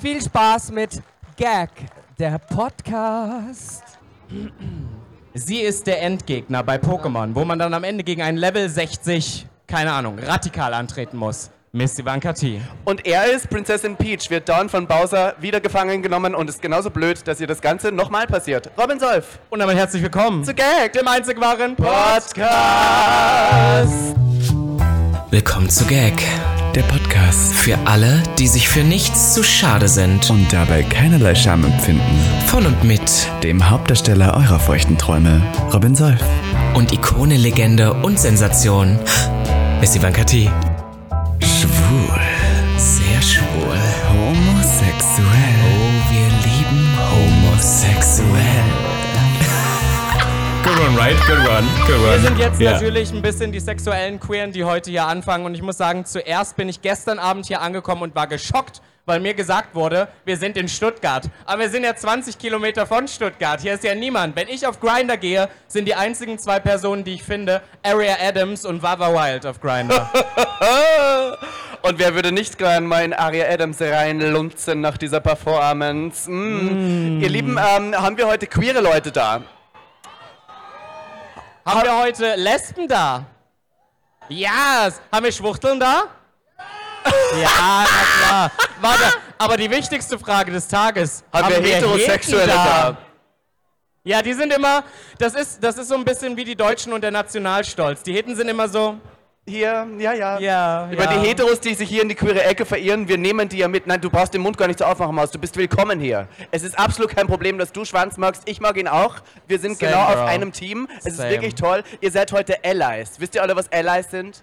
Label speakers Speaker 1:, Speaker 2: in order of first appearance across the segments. Speaker 1: Viel Spaß mit Gag, der Podcast.
Speaker 2: Sie ist der Endgegner bei Pokémon, wo man dann am Ende gegen einen Level 60, keine Ahnung, radikal antreten muss. Miss Ivanka T.
Speaker 3: Und er ist Prinzessin Peach, wird Dawn von Bowser wieder gefangen genommen und ist genauso blöd, dass ihr das Ganze nochmal passiert. Robin Solf,
Speaker 2: Und damit herzlich willkommen
Speaker 3: zu Gag, dem
Speaker 2: dem einzig wahren
Speaker 3: Podcast.
Speaker 4: Willkommen zu Gag,
Speaker 5: Der Podcast.
Speaker 4: für alle, die sich für nichts zu schade sind.
Speaker 5: Und dabei keinerlei Scham empfinden.
Speaker 4: Von und mit
Speaker 5: Dem Hauptdarsteller eurer feuchten Träume, Robin Solf.
Speaker 4: und Ikone, Legende und Sensation. Miss Ivanka T.
Speaker 5: Schwul.
Speaker 4: Sehr schwul. Oh,
Speaker 5: Homosexuell.
Speaker 4: wir lieben homosexuell.
Speaker 5: Good one, right? Good one. Good one.
Speaker 2: Wir sind jetzt natürlich ein bisschen die sexuellen Queeren, die heute hier anfangen. Und ich muss sagen, zuerst bin ich gestern Abend hier angekommen und war geschockt, weil mir gesagt wurde, wir sind in Stuttgart. Aber wir sind ja 20 Kilometer von Stuttgart. Hier ist ja niemand. Wenn ich auf Grinder gehe, sind die einzigen zwei Personen, die ich finde, Aria Adams und Vava Wild auf Grinder.
Speaker 3: Und wer würde nicht gern mal in Aria Adams reinlunzen nach dieser Performance? Mm. Ihr Lieben, ähm, haben wir heute queere Leute da?
Speaker 2: Haben wir heute Lesben da? Ja! Yes. Haben wir Schwuchteln da? Ja, na klar. Warte, aber die wichtigste Frage des Tages.
Speaker 3: Haben, wir Heterosexuelle
Speaker 2: Heten
Speaker 3: da?
Speaker 2: Ja, die sind immer, das ist, das ist so ein bisschen wie die Deutschen und der Nationalstolz. Die Heten sind immer so,
Speaker 3: Hier, ja, ja.
Speaker 2: ja,
Speaker 3: Über
Speaker 2: ja.
Speaker 3: die Heteros, die sich hier in die queere Ecke verirren, wir nehmen die ja mit. Nein, du brauchst den Mund gar nicht so aufmachen, Maus. Du bist willkommen hier. Es ist absolut kein Problem, dass du Schwanz magst. Ich mag ihn auch. Wir sind
Speaker 2: Same,
Speaker 3: genau auf
Speaker 2: bro.
Speaker 3: einem Team. Es
Speaker 2: Same.
Speaker 3: ist wirklich toll. Ihr seid heute Allies. Wisst ihr alle, was Allies sind?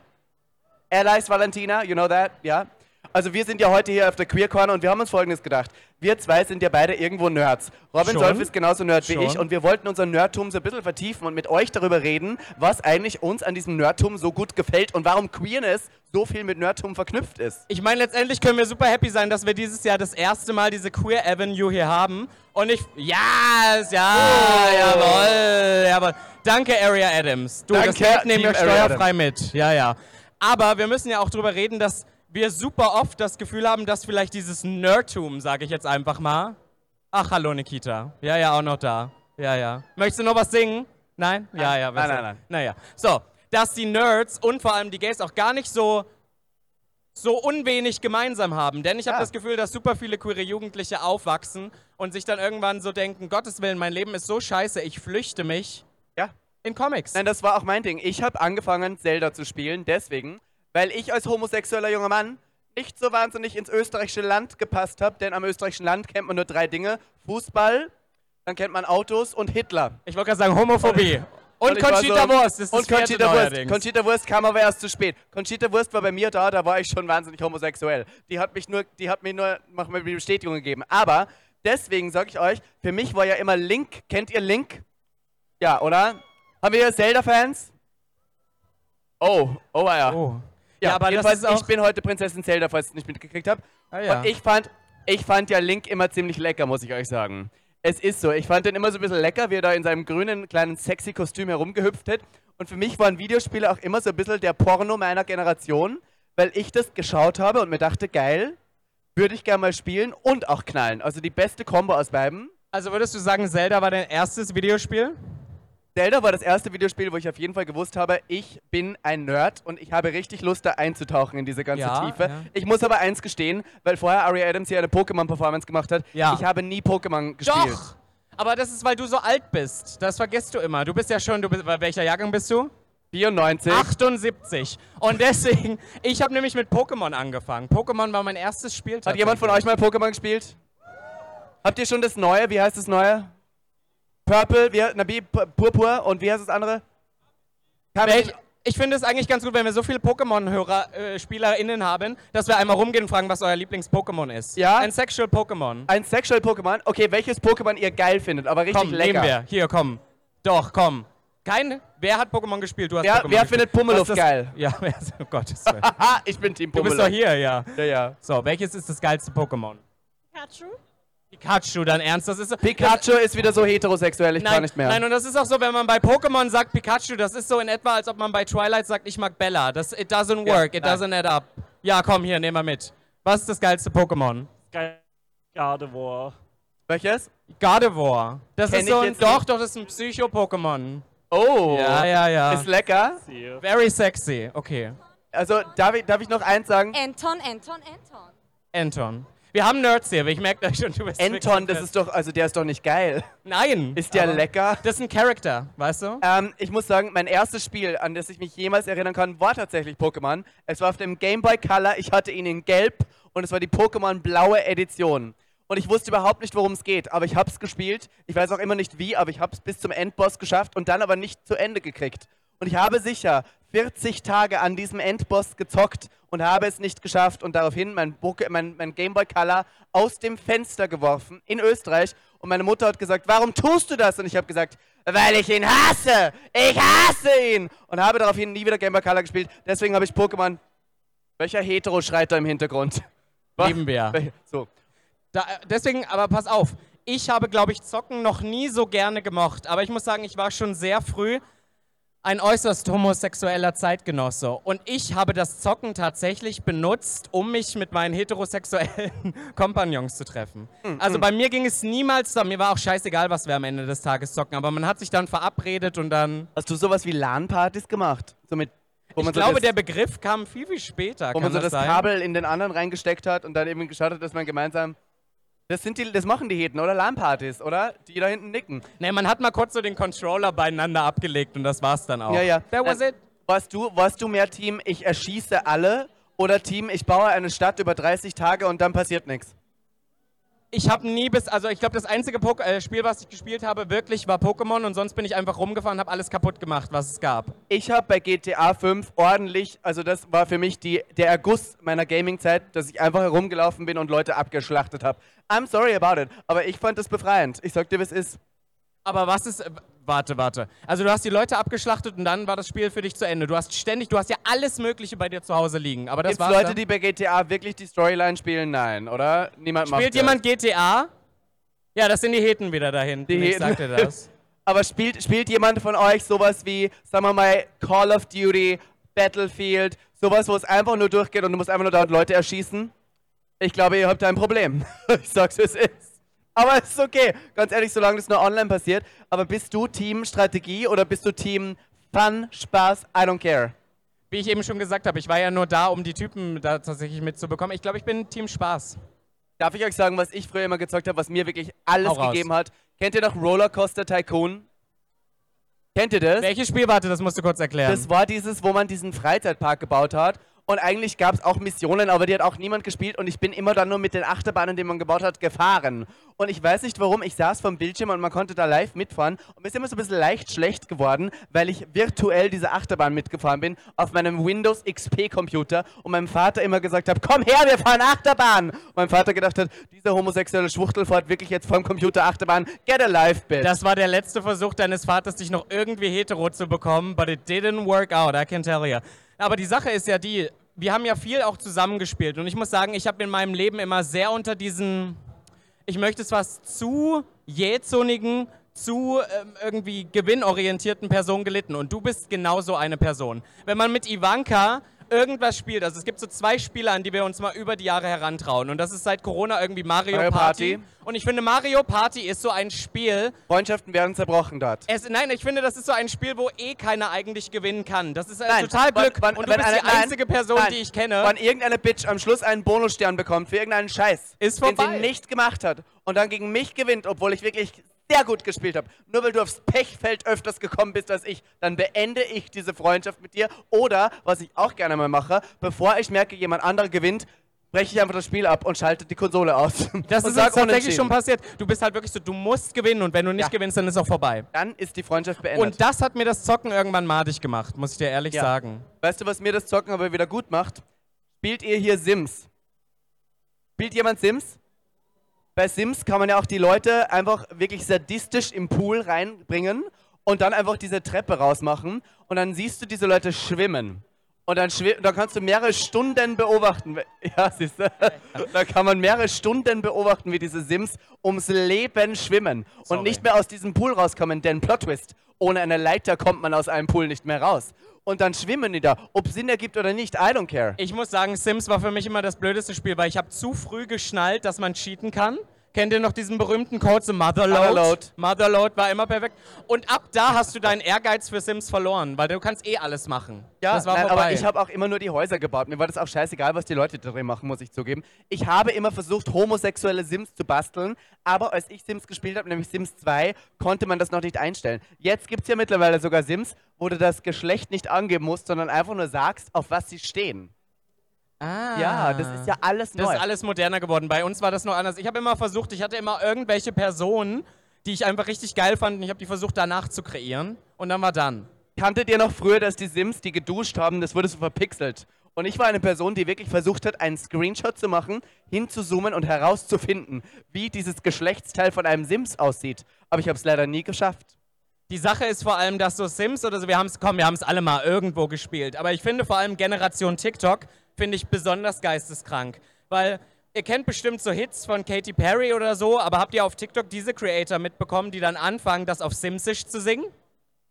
Speaker 3: Allies, Valentina, you know that? Ja? Also wir sind ja heute hier auf der Queer Corner und wir haben uns Folgendes gedacht. Wir zwei sind ja beide irgendwo Nerds. Robin
Speaker 2: Schon?
Speaker 3: Solf ist genauso Nerd wie
Speaker 2: Schon?
Speaker 3: ich und wir wollten unser Nerdtum so ein bisschen vertiefen und mit euch darüber reden, was eigentlich uns an diesem Nerdtum so gut gefällt und warum Queerness so viel mit Nerdtum verknüpft ist.
Speaker 2: Ich meine, letztendlich können wir super happy sein, dass wir dieses Jahr das erste Mal diese Queer Avenue hier haben. Und ich. Yes, ja,
Speaker 3: Oh.
Speaker 2: jawohl, jawohl. Danke, Area Adams. Du, das
Speaker 3: Danke,
Speaker 2: Geld nehmen wir
Speaker 3: Team Area
Speaker 2: steuerfrei mit. Ja, ja. Aber wir müssen ja auch drüber reden, dass wir super oft das Gefühl haben, dass vielleicht dieses Nerdtum, sage ich jetzt einfach mal. Ach, hallo, Nikita. Ja, ja, auch noch da. Ja, ja. Möchtest du noch was singen? Nein? Ja, ja.
Speaker 3: Nein,
Speaker 2: besser.
Speaker 3: nein, nein.
Speaker 2: Naja. So, dass die Nerds und vor allem die Gays auch gar nicht so so unwenig gemeinsam haben. Denn ich habe
Speaker 3: Ja.
Speaker 2: das Gefühl, dass super viele queere Jugendliche aufwachsen und sich dann irgendwann so denken, Gottes Willen, mein Leben ist so scheiße, ich flüchte mich
Speaker 3: Ja.
Speaker 2: in Comics.
Speaker 3: Nein, das war auch mein Ding. Ich habe angefangen, Zelda zu spielen, deswegen, weil ich als homosexueller junger Mann nicht so wahnsinnig ins österreichische Land gepasst habe, denn am österreichischen Land kennt man nur drei Dinge: Fußball, dann kennt man Autos und Hitler.
Speaker 2: ich wollte gerade sagen, Homophobie. Und,
Speaker 3: ich war
Speaker 2: Conchita
Speaker 3: so-
Speaker 2: Wurst. Das ist
Speaker 3: und Conchita Wurst.
Speaker 2: Wurst.
Speaker 3: Conchita Wurst kam aber erst zu spät. Conchita Wurst war bei mir da, da war ich schon wahnsinnig homosexuell. Die hat mich nur, die hat mir nur mach mir die Bestätigung gegeben. Aber deswegen sage ich euch, für mich war ja immer Link. Kennt ihr Link? Ja, oder? Haben wir hier Zelda-Fans? Oh, oh ja.
Speaker 2: oh.
Speaker 3: Ja,
Speaker 2: ja, aber das
Speaker 3: jedenfalls,
Speaker 2: ist auch...
Speaker 3: ich bin heute Prinzessin Zelda, falls ich es nicht mitgekriegt habt.
Speaker 2: Ah, ja.
Speaker 3: Und ich fand, ich fand ja Link immer ziemlich lecker, muss ich euch sagen. Es ist so. Ich fand den immer so ein bisschen lecker, wie er da in seinem grünen, kleinen, sexy Kostüm herumgehüpft hat. Und für mich waren Videospiele auch immer so ein bisschen der Porno meiner Generation, weil ich das geschaut habe und mir dachte, geil, würde ich gerne mal spielen und auch knallen. Also die beste Kombo aus beiden.
Speaker 2: also würdest du sagen, Zelda war dein erstes Videospiel?
Speaker 3: Zelda war das erste Videospiel, wo ich auf jeden Fall gewusst habe, ich bin ein Nerd und ich habe richtig Lust, da einzutauchen in diese ganze
Speaker 2: Ja,
Speaker 3: Tiefe.
Speaker 2: ja.
Speaker 3: Ich muss aber eins gestehen, weil vorher Ari Adams hier eine Pokémon-Performance gemacht hat.
Speaker 2: Ja.
Speaker 3: Ich habe nie Pokémon gespielt.
Speaker 2: Doch! Aber das ist, weil du so alt bist. Das vergisst du immer. Du bist ja schon, du bist, welcher Jahrgang bist du?
Speaker 3: 94.
Speaker 2: 78. Und deswegen, ich habe nämlich mit Pokémon angefangen. Pokémon war mein erstes Spiel.
Speaker 3: Hat jemand von
Speaker 2: tatsächlich.
Speaker 3: euch mal Pokémon gespielt? Habt ihr schon das neue? Wie heißt das neue? Purple, wie, Nabi, Pu- Purpur und wie heißt das andere? Kann mich-
Speaker 2: Wel- Ich finde es eigentlich ganz gut, wenn wir so viele Pokémon-Hörer, äh, SpielerInnen haben, dass wir einmal rumgehen und fragen, was euer Lieblings-Pokémon ist.
Speaker 3: Ja?
Speaker 2: Ein Sexual-Pokémon.
Speaker 3: Ein Sexual-Pokémon? Okay, welches Pokémon ihr geil findet, aber richtig
Speaker 2: Komm,
Speaker 3: lecker.
Speaker 2: nehmen wir. Hier, komm. Doch, komm. Kein. Wer hat Pokémon gespielt? Du hast
Speaker 3: Wer-
Speaker 2: Pokémon
Speaker 3: wer
Speaker 2: gespielt.
Speaker 3: findet Pummeluff
Speaker 2: Was ist das-
Speaker 3: geil?
Speaker 2: Ja, wer- oh Gott. das war-
Speaker 3: Haha, ich bin Team
Speaker 2: Du
Speaker 3: Pummeluff.
Speaker 2: bist doch hier, ja.
Speaker 3: Ja, ja.
Speaker 2: So, welches ist das geilste Pokémon?
Speaker 6: Pikachu?
Speaker 2: Pikachu, dann ernst. Das ist so.
Speaker 3: Pikachu ist wieder so heterosexuell, ich
Speaker 2: Nein,
Speaker 3: kann nicht mehr.
Speaker 2: Nein, und das ist auch so, wenn man bei Pokémon sagt Pikachu, das ist so in etwa, als ob man bei Twilight sagt, ich mag Bella. Das, it doesn't work, it
Speaker 3: nein.
Speaker 2: doesn't add up. Ja, komm, hier, nehmen wir mit. Was ist das geilste Pokémon?
Speaker 6: Gardevoir.
Speaker 3: Welches?
Speaker 2: Gardevoir. Das
Speaker 3: Kenn
Speaker 2: ist
Speaker 3: ich
Speaker 2: so ein,
Speaker 3: jetzt
Speaker 2: doch,
Speaker 3: nicht.
Speaker 2: doch, das ist ein Psycho-Pokémon.
Speaker 3: Oh.
Speaker 2: Ja, ja, ja.
Speaker 3: Ist lecker.
Speaker 6: Sehe.
Speaker 2: Very sexy. Okay.
Speaker 3: Also, darf ich, darf ich noch eins sagen?
Speaker 7: Anton, Anton, Anton.
Speaker 2: Anton. Wir haben Nerds hier, aber ich merke euch schon, du bist
Speaker 3: Anton,
Speaker 2: wirklich
Speaker 3: das
Speaker 2: nerd.
Speaker 3: ist doch, also der ist doch nicht geil.
Speaker 2: Nein.
Speaker 3: Ist der
Speaker 2: aber
Speaker 3: lecker?
Speaker 2: Das ist ein Charakter, weißt du?
Speaker 3: Ähm, ich muss sagen, mein erstes Spiel, an das ich mich jemals erinnern kann, war tatsächlich Pokémon. Es war auf dem Game Boy Color, ich hatte ihn in Gelb und es war die Pokémon Blaue Edition. Und ich wusste überhaupt nicht, worum es geht, aber ich hab's gespielt. Ich weiß auch immer nicht wie, aber ich hab's bis zum Endboss geschafft und dann aber nicht zu Ende gekriegt. Und ich habe sicher 40 Tage an diesem Endboss gezockt und habe es nicht geschafft und daraufhin mein, Poké- mein, mein Game Boy Color aus dem Fenster geworfen in Österreich. Und meine Mutter hat gesagt, warum tust du das? Und ich habe gesagt, weil ich ihn hasse. Ich hasse ihn. Und habe daraufhin nie wieder Game Boy Color gespielt. Deswegen habe ich Pokémon. Welcher Hetero schreit da im Hintergrund? Was?
Speaker 2: Lieben wir.
Speaker 3: Wel- So.
Speaker 2: Da, äh, deswegen, aber pass auf. Ich habe, glaube ich, Zocken noch nie so gerne gemocht. Aber ich muss sagen, ich war schon sehr früh ein äußerst homosexueller Zeitgenosse. Und ich habe das Zocken tatsächlich benutzt, um mich mit meinen heterosexuellen Kompagnons zu treffen.
Speaker 3: Mm,
Speaker 2: Also bei mir ging es niemals darum, mir war auch scheißegal, was wir am Ende des Tages zocken. Aber man hat sich dann verabredet und dann...
Speaker 3: Hast du sowas wie LAN-Partys gemacht? So mit, wo
Speaker 2: Ich
Speaker 3: man so
Speaker 2: glaube,
Speaker 3: das-
Speaker 2: der Begriff kam viel, viel später.
Speaker 3: wo
Speaker 2: kann
Speaker 3: man so das
Speaker 2: sein?
Speaker 3: Kabel in den anderen reingesteckt hat und dann eben geschaut hat, dass man gemeinsam. Das, sind die, das machen die Heten, oder? LAN-Partys, oder? Die da hinten nicken.
Speaker 2: Nee, man hat mal kurz so den Controller beieinander abgelegt und das war's dann auch.
Speaker 3: Ja, ja.
Speaker 2: That was
Speaker 3: Äh,
Speaker 2: it.
Speaker 3: Warst du, warst du mehr Team, ich erschieße alle oder Team, ich baue eine Stadt über 30 Tage und dann passiert nichts?
Speaker 2: Ich habe nie bis, also ich glaube, das einzige Pok äh, Spiel, was ich gespielt habe, wirklich war Pokémon und sonst bin ich einfach rumgefahren und habe alles kaputt gemacht, was es gab.
Speaker 3: Ich habe bei GTA 5 ordentlich, also das war für mich die, der Erguss meiner Gaming-Zeit, dass ich einfach herumgelaufen bin und Leute abgeschlachtet habe. I'm sorry about it, aber ich fand das befreiend. Ich sag dir, wie es ist.
Speaker 2: Aber was ist, äh, warte, warte. Also du hast die Leute abgeschlachtet und dann war das Spiel für dich zu Ende. Du hast ständig, du hast ja alles Mögliche bei dir zu Hause liegen. Aber das
Speaker 3: Gibt es
Speaker 2: war's
Speaker 3: Leute,
Speaker 2: dann.
Speaker 3: die bei GTA wirklich die Storyline spielen? Nein, oder? Niemand macht
Speaker 2: Spielt
Speaker 3: das.
Speaker 2: jemand GTA? Ja, das sind die Heten wieder da hinten.
Speaker 3: Die
Speaker 2: ich
Speaker 3: Heten.
Speaker 2: sagte das.
Speaker 3: Aber spielt, spielt jemand von euch sowas wie, sagen wir mal, Call of Duty, Battlefield, sowas, wo es einfach nur durchgeht und du musst einfach nur dort Leute erschießen? Ich glaube, ihr habt da ein Problem. ich sag's, wie es ist. Aber es ist okay. Ganz ehrlich, solange das nur online passiert. Aber bist du Team Strategie oder bist du Team Fun, Spaß, I don't care?
Speaker 2: Wie ich eben schon gesagt habe, ich war ja nur da, um die Typen da tatsächlich mitzubekommen. Ich glaube, ich bin Team Spaß.
Speaker 3: Darf ich euch sagen, was ich früher immer gezockt habe, was mir wirklich alles
Speaker 2: Hau raus.
Speaker 3: gegeben hat? Kennt ihr noch Rollercoaster Tycoon? Kennt ihr das?
Speaker 2: Welches Spiel, warte, das musst du kurz erklären.
Speaker 3: Das war dieses, wo man diesen Freizeitpark gebaut hat. Und eigentlich gab es auch Missionen, aber die hat auch niemand gespielt. Und ich bin immer dann nur mit den Achterbahnen, die man gebaut hat, gefahren. Und ich weiß nicht warum, ich saß vom Bildschirm und man konnte da live mitfahren. Und mir ist immer so ein bisschen leicht schlecht geworden, weil ich virtuell diese Achterbahn mitgefahren bin auf meinem Windows XP-Computer. Und meinem Vater immer gesagt habe, komm her, wir fahren Achterbahn. Und mein Vater gedacht hat, dieser homosexuelle Schwuchtel fährt wirklich jetzt vom Computer Achterbahn. Get a life, bitch.
Speaker 2: Das war der letzte Versuch deines Vaters, dich noch irgendwie hetero zu bekommen, but it didn't work out, I can tell you. Aber die Sache ist ja die, wir haben ja viel auch zusammengespielt und ich muss sagen, ich habe in meinem Leben immer sehr unter diesen, ich möchte es was zu jähzonigen, zu ähm, irgendwie gewinnorientierten Personen gelitten und du bist genauso eine Person. Wenn man mit Ivanka irgendwas spielt, also es gibt so zwei Spiele, an die wir uns mal über die Jahre herantrauen und das ist seit Corona irgendwie Mario,
Speaker 3: Mario
Speaker 2: Party.
Speaker 3: Party.
Speaker 2: und ich finde Mario Party ist so ein Spiel,
Speaker 3: Freundschaften werden zerbrochen dort.
Speaker 2: es, nein, ich finde, das ist so ein Spiel, wo eh keiner eigentlich gewinnen kann. Das ist äh,
Speaker 3: Nein,
Speaker 2: total
Speaker 3: wann-
Speaker 2: Glück.
Speaker 3: wann-
Speaker 2: und du
Speaker 3: wenn
Speaker 2: bist die
Speaker 3: eine- nein,
Speaker 2: einzige Person,
Speaker 3: nein.
Speaker 2: die ich kenne.
Speaker 3: Wann irgendeine Bitch am Schluss einen Bonusstern bekommt für irgendeinen Scheiß,
Speaker 2: Ist
Speaker 3: den
Speaker 2: vorbei.
Speaker 3: sie nicht gemacht hat und dann gegen mich gewinnt, obwohl ich wirklich sehr gut gespielt habe. Nur weil du aufs Pechfeld öfters gekommen bist als ich, dann beende ich diese Freundschaft mit dir. Oder, was ich auch gerne mal mache, bevor ich merke, jemand anderer gewinnt, breche ich einfach das Spiel ab und schalte die Konsole aus.
Speaker 2: das
Speaker 3: und
Speaker 2: ist
Speaker 3: sag
Speaker 2: uns tatsächlich
Speaker 3: unentschieden.
Speaker 2: schon passiert. Du bist halt wirklich so, du musst gewinnen und wenn du nicht
Speaker 3: Ja.
Speaker 2: gewinnst, dann ist auch vorbei.
Speaker 3: Dann ist die Freundschaft beendet.
Speaker 2: Und das hat mir das Zocken irgendwann madig gemacht, muss ich dir ehrlich
Speaker 3: Ja.
Speaker 2: sagen.
Speaker 3: Weißt du, was mir das Zocken aber wieder gut macht? Spielt ihr hier Sims? Spielt jemand Sims? Bei Sims kann man ja auch die Leute einfach wirklich sadistisch im Pool reinbringen und dann einfach diese Treppe rausmachen und dann siehst du diese Leute schwimmen. Und dann, schwe- dann kannst du mehrere Stunden beobachten. we- Ja, siehst du? Da kann man mehrere Stunden beobachten, wie diese Sims ums Leben schwimmen und nicht mehr aus diesem Pool rauskommen, denn Plot Twist, ohne eine Leiter kommt man aus einem Pool nicht mehr raus. Und dann schwimmen die da, ob Sinn ergibt oder nicht, I don't care.
Speaker 2: Ich muss sagen, Sims war für mich immer das blödeste Spiel, weil ich habe zu früh geschnallt, dass man cheaten kann. Kennt ihr noch diesen berühmten Code zu Motherload?
Speaker 3: Motherload.
Speaker 2: Motherload war immer perfekt. Und ab da hast du deinen Ehrgeiz für Sims verloren, weil du kannst eh alles machen.
Speaker 3: Ja,
Speaker 2: das war
Speaker 3: nein,
Speaker 2: vorbei.
Speaker 3: aber ich habe auch immer nur die Häuser gebaut. Mir war das auch scheißegal, was die Leute da drin machen, muss ich zugeben. Ich habe immer versucht, homosexuelle Sims zu basteln, aber als ich Sims gespielt habe, nämlich Sims 2, konnte man das noch nicht einstellen. Jetzt gibt es ja mittlerweile sogar Sims, wo du das Geschlecht nicht angeben musst, sondern einfach nur sagst, auf was sie stehen.
Speaker 2: ah.
Speaker 3: Ja, das ist ja alles neu.
Speaker 2: Das ist alles moderner geworden. Bei uns war das noch anders. Ich habe immer versucht, ich hatte immer irgendwelche Personen, die ich einfach richtig geil fand und ich habe die versucht danach zu kreieren und dann war dann.
Speaker 3: Kanntet ihr noch früher, dass die Sims, die geduscht haben, das wurde so verpixelt? Und ich war eine Person, die wirklich versucht hat, einen Screenshot zu machen, hinzuzoomen und herauszufinden, wie dieses Geschlechtsteil von einem Sims aussieht. Aber ich habe es leider nie geschafft.
Speaker 2: Die Sache ist vor allem, dass so Sims oder so, wir haben es, komm, wir haben es alle mal irgendwo gespielt. Aber ich finde vor allem Generation TikTok, finde ich besonders geisteskrank. Weil ihr kennt bestimmt so Hits von Katy Perry oder so, aber habt ihr auf TikTok diese Creator mitbekommen, die dann anfangen, das auf Simsisch zu singen?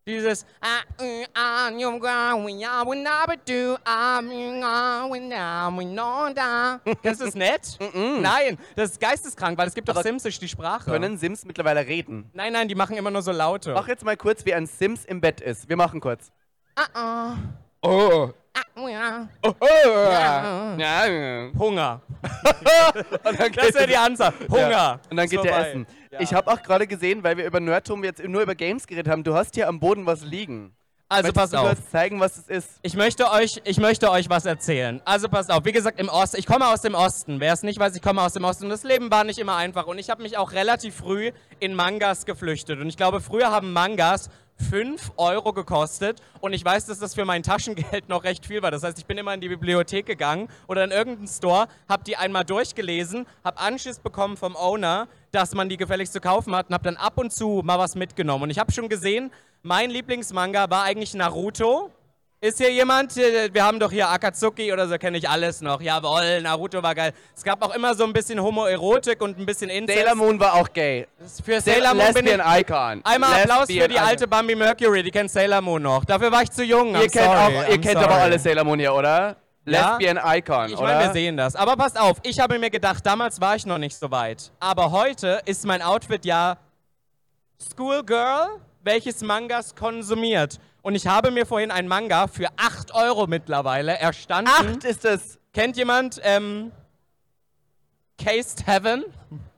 Speaker 2: Dieses "Ah, mm, ah, you go, we are, we never do, ah, mm, ah, we now, we know da. Kennst du das nett? Nein, das ist geisteskrank, weil es gibt doch
Speaker 3: Aber
Speaker 2: Simsisch die Sprache.
Speaker 3: Können Sims mittlerweile reden?
Speaker 2: Nein, nein, die machen immer nur so Laute.
Speaker 3: Mach jetzt mal kurz, wie ein Sims im Bett ist. Wir machen kurz. Oh.
Speaker 2: Hunger.
Speaker 3: Und dann
Speaker 2: Das wäre die Anzahl. Hunger.
Speaker 3: Und dann geht
Speaker 2: Ist
Speaker 3: ihr
Speaker 2: vorbei.
Speaker 3: essen. Ich habe auch gerade gesehen, weil wir über Nerdtum jetzt nur über Games geredet haben, du hast hier am Boden was liegen.
Speaker 2: Also
Speaker 3: Möchtest
Speaker 2: pass
Speaker 3: du
Speaker 2: auf.
Speaker 3: kurz zeigen, was es ist?
Speaker 2: Ich möchte euch, ich möchte euch was erzählen. Also passt auf. Wie gesagt, im Osten. Ich komme aus dem Osten. Wer es nicht weiß, ich komme aus dem Osten. Und das Leben war nicht immer einfach. Und ich habe mich auch relativ früh in Mangas geflüchtet. Und ich glaube, früher haben Mangas 5 Euro gekostet. Und ich weiß, dass das für mein Taschengeld noch recht viel war. Das heißt, ich bin immer in die Bibliothek gegangen oder in irgendeinen Store, habe die einmal durchgelesen, habe Anschiss bekommen vom Owner, dass man die gefälligst zu kaufen hat und habe dann ab und zu mal was mitgenommen. Und ich habe schon gesehen, mein Lieblingsmanga war eigentlich Naruto. Ist hier jemand? Äh, Wir haben doch hier Akatsuki oder so, kenne ich alles noch. Jawohl, Naruto war geil. Es gab auch immer so ein bisschen Homoerotik und ein bisschen Inzest.
Speaker 3: Sailor Moon war auch gay.
Speaker 2: Für Sailor Moon bin ich...
Speaker 3: Lesbian Icon.
Speaker 2: Einmal Applaus
Speaker 3: Lesbian
Speaker 2: für die
Speaker 3: Icon.
Speaker 2: alte Bambi Mercury, die kennt Sailor Moon noch. Dafür war ich zu jung. I'm
Speaker 3: Ihr kennt,
Speaker 2: sorry,
Speaker 3: auch, ihr
Speaker 2: I'm
Speaker 3: kennt aber
Speaker 2: sorry.
Speaker 3: alle Sailor Moon hier, oder?
Speaker 2: Ja.
Speaker 3: Lesbian Icon,
Speaker 2: Ich
Speaker 3: oder?
Speaker 2: meine, wir sehen das. Aber passt auf, ich habe mir gedacht, damals war ich noch nicht so weit. Aber heute ist mein Outfit ja Schoolgirl, welches Mangas konsumiert. Und ich habe mir vorhin ein Manga für 8 Euro mittlerweile erstanden.
Speaker 3: Acht ist es.
Speaker 2: Kennt jemand ähm, Cased Heaven?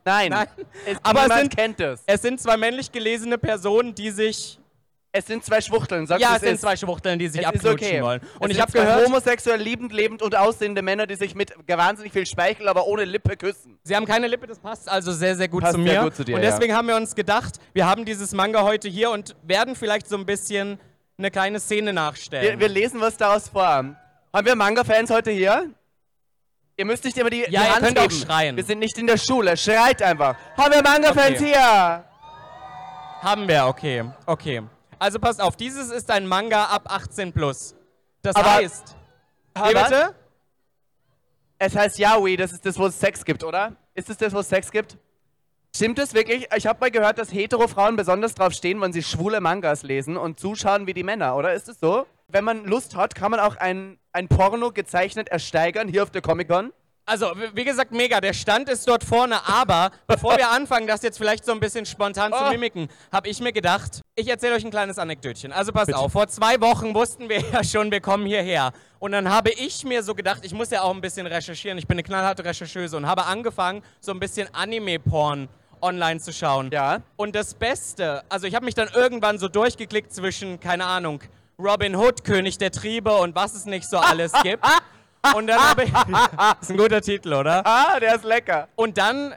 Speaker 3: Nein.
Speaker 2: Nein.
Speaker 3: Es,
Speaker 2: Aber es
Speaker 3: niemand
Speaker 2: sind-
Speaker 3: kennt es.
Speaker 2: Es sind zwei männlich gelesene Personen, die sich.
Speaker 3: Es sind zwei Schwuchteln. Sagst
Speaker 2: Ja,
Speaker 3: du,
Speaker 2: es sind
Speaker 3: ist.
Speaker 2: zwei Schwuchteln, die sich
Speaker 3: Es ist
Speaker 2: abknutschen
Speaker 3: okay.
Speaker 2: wollen. Und
Speaker 3: es
Speaker 2: ich
Speaker 3: sind
Speaker 2: habe
Speaker 3: zwei
Speaker 2: gehört,
Speaker 3: homosexuell, liebend, lebend und aussehende Männer, die sich mit wahnsinnig viel Speichel, aber ohne Lippe küssen.
Speaker 2: sie haben keine Lippe, das passt also sehr, sehr gut
Speaker 3: Passt
Speaker 2: zu mir.
Speaker 3: sehr gut zu dir,
Speaker 2: und deswegen haben wir uns gedacht, wir haben dieses Manga heute hier und werden vielleicht so ein bisschen eine kleine Szene nachstellen.
Speaker 3: Wir, wir lesen was daraus vor. Haben wir Manga-Fans heute hier? Ihr müsst nicht immer die, die
Speaker 2: ihr
Speaker 3: Hand
Speaker 2: könnt auch
Speaker 3: heben.
Speaker 2: schreien.
Speaker 3: Wir sind nicht in der Schule. Schreit einfach. Haben wir Manga-Fans
Speaker 2: Okay.
Speaker 3: hier?
Speaker 2: haben wir, okay. Okay. Also passt auf, dieses ist ein Manga ab 18 plus. Das
Speaker 3: Aber-
Speaker 2: heißt. Wie
Speaker 3: was?
Speaker 2: bitte?
Speaker 3: Es heißt Yaoi, das ist das, wo es Sex gibt, oder? Ist es das, wo es Sex gibt? Stimmt es wirklich? Ich habe mal gehört, dass hetero Frauen besonders drauf stehen, wenn sie schwule Mangas lesen und zuschauen wie die Männer, oder? Ist es so? Wenn man Lust hat, kann man auch ein, ein Porno gezeichnet ersteigern, hier auf der Comic-Con.
Speaker 2: Also, w- wie gesagt, mega. Der Stand ist dort vorne, aber bevor wir anfangen, das jetzt vielleicht so ein bisschen spontan zu
Speaker 3: Oh.
Speaker 2: mimiken, habe ich mir gedacht, ich erzähle euch ein kleines Anekdötchen. Also, passt auf. Vor zwei Wochen wussten wir ja schon, wir kommen hierher. Und dann habe ich mir so gedacht, ich muss ja auch ein bisschen recherchieren. Ich bin eine knallharte Rechercheuse und habe angefangen, so ein bisschen Anime-Porn online zu schauen.
Speaker 3: Ja.
Speaker 2: Und das Beste, also ich habe mich dann irgendwann so durchgeklickt zwischen, keine Ahnung, Robin Hood, König der Triebe und was es nicht so alles gibt. Und dann habe ich. ist ein guter Titel, oder?
Speaker 3: Ah, der ist lecker.
Speaker 2: Und dann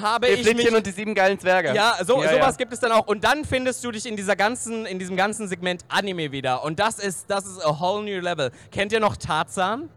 Speaker 2: habe
Speaker 3: Die
Speaker 2: ich mich.
Speaker 3: Flittchen und die sieben geilen Zwerge.
Speaker 2: Ja, so,
Speaker 3: ja.
Speaker 2: sowas gibt es dann auch. Und dann findest du dich in dieser ganzen, in diesem ganzen Segment Anime wieder. Und das ist, das ist a whole new level. Kennt ihr noch Tarzan?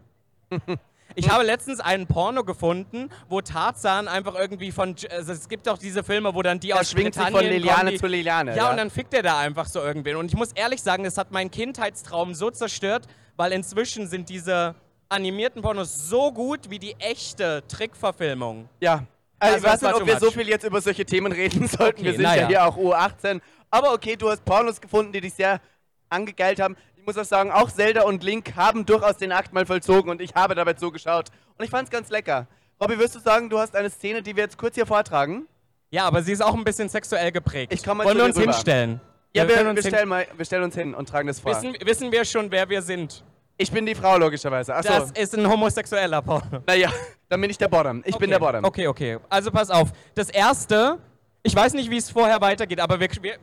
Speaker 2: Ich habe letztens einen Porno gefunden, wo Tarzan einfach irgendwie von. J- Also es gibt auch diese Filme, wo dann die
Speaker 3: Er
Speaker 2: aus
Speaker 3: schwingt sich
Speaker 2: Britannien
Speaker 3: von Liliane
Speaker 2: kommen, die,
Speaker 3: zu Liliane,
Speaker 2: Ja,
Speaker 3: ja.
Speaker 2: und dann fickt er da einfach so irgendwen. Und ich muss ehrlich sagen, das hat meinen Kindheitstraum so zerstört, weil inzwischen sind diese animierten Pornos so gut wie die echte Trickverfilmung.
Speaker 3: Ja. Also,
Speaker 2: Also,
Speaker 3: ich weiß
Speaker 2: das war
Speaker 3: nicht, ob
Speaker 2: too
Speaker 3: wir
Speaker 2: much.
Speaker 3: so viel jetzt über solche Themen reden sollten. wir
Speaker 2: Okay,
Speaker 3: sind
Speaker 2: na
Speaker 3: ja
Speaker 2: ja.
Speaker 3: hier auch U18. Aber okay, du hast Pornos gefunden, die dich sehr angegeilt haben. Ich muss auch sagen, auch Zelda und Link haben durchaus den Akt mal vollzogen und ich habe dabei zugeschaut. Und ich fand's ganz lecker. Robby, würdest du sagen, du hast eine Szene, die wir jetzt kurz hier vortragen?
Speaker 2: Ja, aber sie ist auch ein bisschen sexuell geprägt.
Speaker 3: Ich komm mal
Speaker 2: Wollen
Speaker 3: zu
Speaker 2: wir
Speaker 3: dir
Speaker 2: uns
Speaker 3: rüber.
Speaker 2: hinstellen?
Speaker 3: Ja, wir,
Speaker 2: können
Speaker 3: wir,
Speaker 2: hin-
Speaker 3: stellen, mal, wir stellen uns hin und tragen das vor.
Speaker 2: wissen, wissen wir schon, wer wir sind.
Speaker 3: ich bin die Frau, logischerweise. Achso.
Speaker 2: Das ist ein homosexueller Porno.
Speaker 3: Naja, dann bin ich der Bottom. Ich bin der Bottom.
Speaker 2: Okay, okay. Also pass auf. Das erste, ich weiß nicht, wie es vorher weitergeht, aber wir, wir,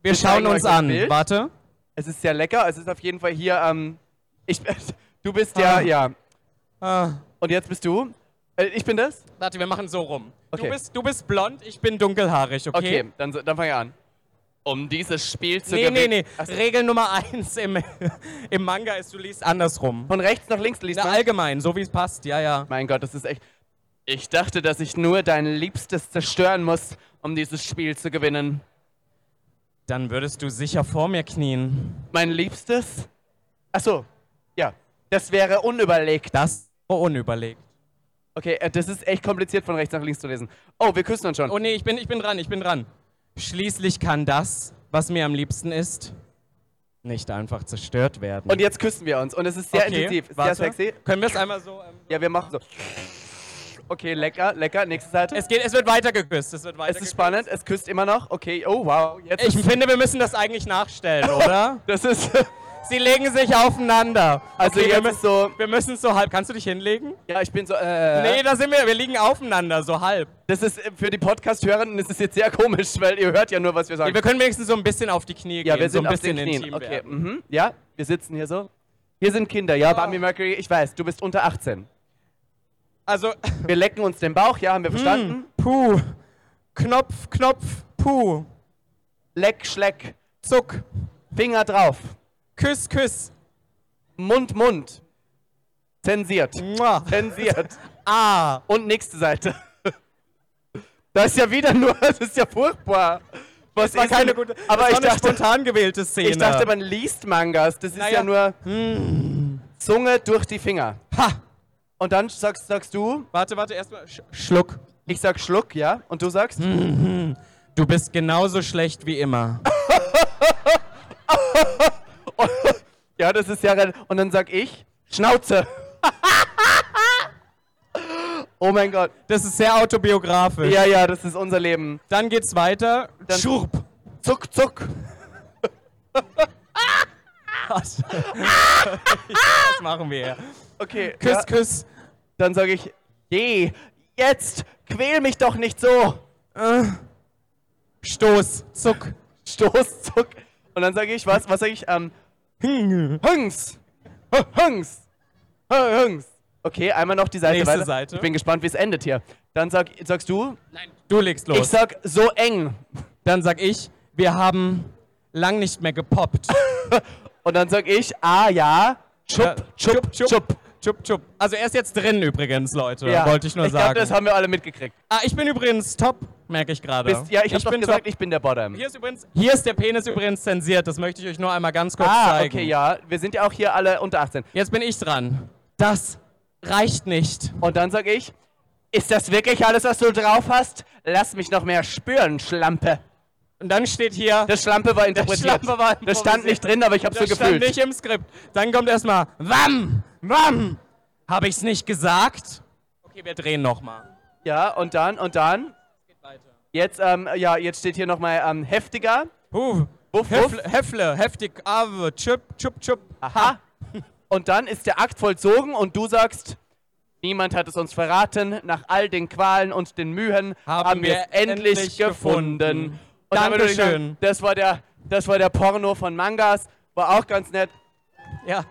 Speaker 2: wir schauen
Speaker 3: zeigen euch
Speaker 2: uns
Speaker 3: das
Speaker 2: an.
Speaker 3: Bild.
Speaker 2: Warte.
Speaker 3: Es ist sehr lecker. Es ist auf jeden Fall hier. Ähm, ich, du bist ja,
Speaker 2: Ah.
Speaker 3: ja.
Speaker 2: Ah,
Speaker 3: Und jetzt bist du. Äh, ich bin das?
Speaker 2: warte, wir machen so rum.
Speaker 3: Okay.
Speaker 2: Du, bist, du bist blond, ich bin dunkelhaarig, okay?
Speaker 3: Okay, dann, so- dann fange ich an. Um dieses Spiel zu
Speaker 2: Nee, nee,
Speaker 3: gewinnen.
Speaker 2: nee.
Speaker 3: Ach so.
Speaker 2: Regel Nummer eins im, im Manga ist, du liest andersrum.
Speaker 3: Von rechts nach links liest
Speaker 2: Na,
Speaker 3: man.
Speaker 2: allgemein, so wie es passt, ja, ja.
Speaker 3: Mein Gott, das ist echt. Ich dachte, dass ich nur dein Liebstes zerstören muss, um dieses Spiel zu gewinnen.
Speaker 2: Dann würdest du sicher vor mir knien.
Speaker 3: Mein Liebstes? Ach so. Ja. Das wäre unüberlegt.
Speaker 2: Das war unüberlegt.
Speaker 3: Okay, äh, das ist echt kompliziert, von rechts nach links zu lesen. Oh, wir küssen uns schon.
Speaker 2: Oh nee, ich bin, ich bin dran, ich bin dran. Schließlich kann das, was mir am liebsten ist, nicht einfach zerstört werden.
Speaker 3: Und jetzt küssen wir uns. Und es ist sehr intensiv.
Speaker 2: warte.
Speaker 3: Sehr sexy.
Speaker 2: Können wir es einmal so. Ähm,
Speaker 3: Ja, wir machen so. Okay, lecker, lecker. Nächste Seite.
Speaker 2: es, geht, es wird weiter geküsst. Es, wird weiter
Speaker 3: Es ist
Speaker 2: geküsst.
Speaker 3: spannend, es küsst immer noch. Okay, oh wow, jetzt
Speaker 2: Ich
Speaker 3: ist,
Speaker 2: finde, wir müssen das eigentlich nachstellen, oder?
Speaker 3: das ist
Speaker 2: Sie legen sich aufeinander.
Speaker 3: also
Speaker 2: Okay, wir,
Speaker 3: jetzt
Speaker 2: müssen,
Speaker 3: ist so.
Speaker 2: wir müssen so halb. Kannst du dich hinlegen?
Speaker 3: Ja, ich bin so. Äh,
Speaker 2: Nee, da sind wir. Wir liegen aufeinander, so halb.
Speaker 3: das ist äh, für die Podcast-Hörenden ist es jetzt sehr komisch, weil ihr hört ja nur, was wir sagen.
Speaker 2: Wir können wenigstens so ein bisschen auf die Knie
Speaker 3: ja,
Speaker 2: gehen.
Speaker 3: wir sind
Speaker 2: so ein
Speaker 3: auf
Speaker 2: bisschen
Speaker 3: den Knien.
Speaker 2: intim
Speaker 3: Okay,
Speaker 2: werden. Ah.
Speaker 3: mhm. ja, wir sitzen hier so. Wir sind Kinder, ja, Bambi Mercury. Ich weiß, du bist unter 18.
Speaker 2: Also,
Speaker 3: Wir lecken uns den Bauch, ja, haben
Speaker 2: Hm.
Speaker 3: wir verstanden?
Speaker 2: puh. Knopf, Knopf, puh.
Speaker 3: Leck, Schleck,
Speaker 2: Zuck.
Speaker 3: Finger drauf,
Speaker 2: Küss, Küss.
Speaker 3: Mund, Mund. Zensiert,
Speaker 2: Mua.
Speaker 3: zensiert.
Speaker 2: Ah.
Speaker 3: Und nächste Seite. Das ist ja wieder nur, das ist ja furchtbar. Was
Speaker 2: Das war
Speaker 3: ist
Speaker 2: keine
Speaker 3: denn-
Speaker 2: gute.
Speaker 3: Aber
Speaker 2: das
Speaker 3: ich
Speaker 2: war eine
Speaker 3: dachte,
Speaker 2: spontan gewählte Szene.
Speaker 3: ich dachte, man liest Mangas. Das ist
Speaker 2: Naja.
Speaker 3: ja nur hm, Zunge durch die Finger.
Speaker 2: Ha!
Speaker 3: Und dann sagst, sagst du,
Speaker 2: Warte, warte, erstmal. Sch Schluck.
Speaker 3: ich sag Schluck, ja? Und du sagst,
Speaker 2: Hm. Du bist genauso schlecht wie immer.
Speaker 3: ja, das ist ja. re- Und dann sag ich, Schnauze. oh mein Gott.
Speaker 2: Das ist sehr autobiografisch.
Speaker 3: Ja, ja, das ist unser Leben.
Speaker 2: Dann geht's weiter.
Speaker 3: Dann-
Speaker 2: Schurp.
Speaker 3: Zuck, zuck.
Speaker 2: Was machen wir? hier?
Speaker 3: Okay.
Speaker 2: Küss,
Speaker 3: ja.
Speaker 2: Küss.
Speaker 3: Dann sage ich, je, jetzt, quäl mich doch nicht so.
Speaker 2: Stoß. Zuck.
Speaker 3: Stoß, Zuck. Und dann sage ich, was, was sage ich? Ähm, Hüngs. Hüngs. Hüngs. Okay, einmal noch die Seite
Speaker 2: Nächste
Speaker 3: weiter.
Speaker 2: Seite.
Speaker 3: Ich bin gespannt, wie es endet hier. Dann sag, sagst du,
Speaker 2: Du legst los.
Speaker 3: ich sag so eng.
Speaker 2: Dann sag ich, wir haben lang nicht mehr gepoppt.
Speaker 3: Und dann sag ich, ah
Speaker 2: Ja,
Speaker 3: ja, chup, chup, chup.
Speaker 2: Chup, chup. Also er ist jetzt drin übrigens, Leute.
Speaker 3: Ja.
Speaker 2: Wollte ich nur
Speaker 3: ich
Speaker 2: sagen.
Speaker 3: Glaub, das haben wir alle mitgekriegt.
Speaker 2: ah, ich bin übrigens top, merke ich gerade.
Speaker 3: Bist, ja, ich, hab doch
Speaker 2: bin
Speaker 3: gesagt,
Speaker 2: top.
Speaker 3: ich bin der Bottom.
Speaker 2: Hier ist, übrigens, hier ist der Penis übrigens zensiert, das möchte ich euch nur einmal ganz kurz
Speaker 3: ah,
Speaker 2: zeigen.
Speaker 3: okay, ja. Wir sind ja auch hier alle unter 18.
Speaker 2: Jetzt bin ich dran. Das reicht nicht.
Speaker 3: Und dann sag ich, ist das wirklich alles, was du drauf hast? Lass mich noch mehr spüren, Schlampe.
Speaker 2: Und dann steht hier,
Speaker 3: Das Schlampe war interpretiert.
Speaker 2: Schlampe war
Speaker 3: das stand
Speaker 2: improvisiert.
Speaker 3: nicht drin, aber ich hab's
Speaker 2: das
Speaker 3: so
Speaker 2: stand
Speaker 3: gefühlt.
Speaker 2: nicht im Skript. Dann kommt erstmal, wam, wam. Habe ich's nicht gesagt? Okay, wir drehen nochmal.
Speaker 3: Ja, und dann, und dann. Jetzt, ähm, ja, jetzt steht hier nochmal ähm, heftiger.
Speaker 2: Huh.
Speaker 3: Wuff, wuff.
Speaker 2: Hefle, Hefle, heftig, ah, Ave, Chip, Chip, Chip.
Speaker 3: Aha. Und dann ist der Akt vollzogen und du sagst, niemand hat es uns verraten. Nach all den Qualen und den Mühen haben,
Speaker 2: Haben
Speaker 3: wir
Speaker 2: wir
Speaker 3: es endlich,
Speaker 2: endlich
Speaker 3: gefunden.
Speaker 2: gefunden.
Speaker 3: Und damit würde ich sagen,
Speaker 2: Dankeschön.
Speaker 3: Das war der, das war der Porno von Mangas. War auch ganz nett.
Speaker 2: Ja.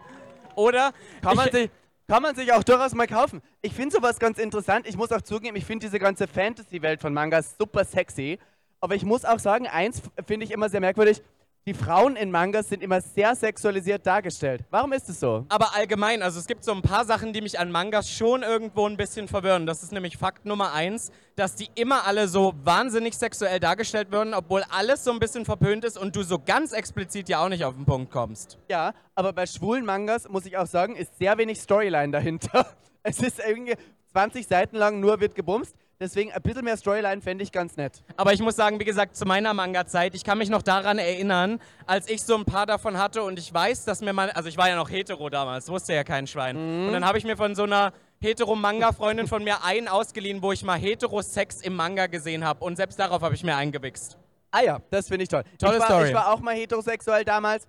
Speaker 2: Oder?
Speaker 3: Kann man,
Speaker 2: ich,
Speaker 3: sich, kann man sich auch durchaus mal kaufen. Ich finde sowas ganz interessant. Ich muss auch zugeben, ich finde diese ganze Fantasy-Welt von Mangas super sexy. Aber ich muss auch sagen, eins f- finde ich immer sehr merkwürdig. die Frauen in Mangas sind immer sehr sexualisiert dargestellt. Warum ist es so?
Speaker 2: Aber allgemein, also es gibt so ein paar Sachen, die mich an Mangas schon irgendwo ein bisschen verwirren. Das ist nämlich Fakt Nummer eins, dass die immer alle so wahnsinnig sexuell dargestellt werden, obwohl alles so ein bisschen verpönt ist und du so ganz explizit ja auch nicht auf den Punkt kommst.
Speaker 3: Ja, aber bei schwulen Mangas, muss ich auch sagen, ist sehr wenig Storyline dahinter. Es ist irgendwie 20 Seiten lang nur wird gebumst. Deswegen ein bisschen mehr Storyline fände ich ganz nett.
Speaker 2: Aber ich muss sagen, wie gesagt, zu meiner Manga-Zeit, ich kann mich noch daran erinnern, als ich so ein paar davon hatte und ich weiß, dass mir mal, also ich war ja noch hetero damals, wusste ja kein Schwein. Und dann habe ich mir von so einer hetero-Manga-Freundin von mir einen ausgeliehen, wo ich mal Heterosex im Manga gesehen habe und selbst darauf habe ich mir eingewichst.
Speaker 3: Ah ja, das finde ich toll.
Speaker 2: Tolle
Speaker 3: ich war,
Speaker 2: Story.
Speaker 3: Ich war auch mal heterosexuell damals.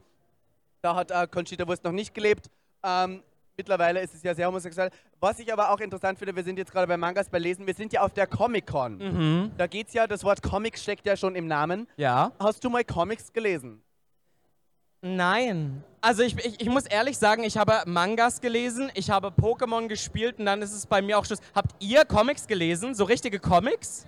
Speaker 3: Da hat äh, Conchita Wurst noch nicht gelebt. Ähm, mittlerweile ist es ja sehr homosexuell. Was ich aber auch interessant finde, wir sind jetzt gerade bei Mangas bei Lesen, wir sind ja auf der Comic-Con.
Speaker 2: Mhm.
Speaker 3: Da geht's ja, das Wort Comic steckt ja schon im Namen.
Speaker 2: Ja?
Speaker 3: Hast du mal Comics gelesen?
Speaker 2: Nein. Also ich, ich, ich muss ehrlich sagen, ich habe Mangas gelesen, ich habe Pokémon gespielt und dann ist es bei mir auch Schluss. Habt ihr Comics gelesen? So richtige Comics?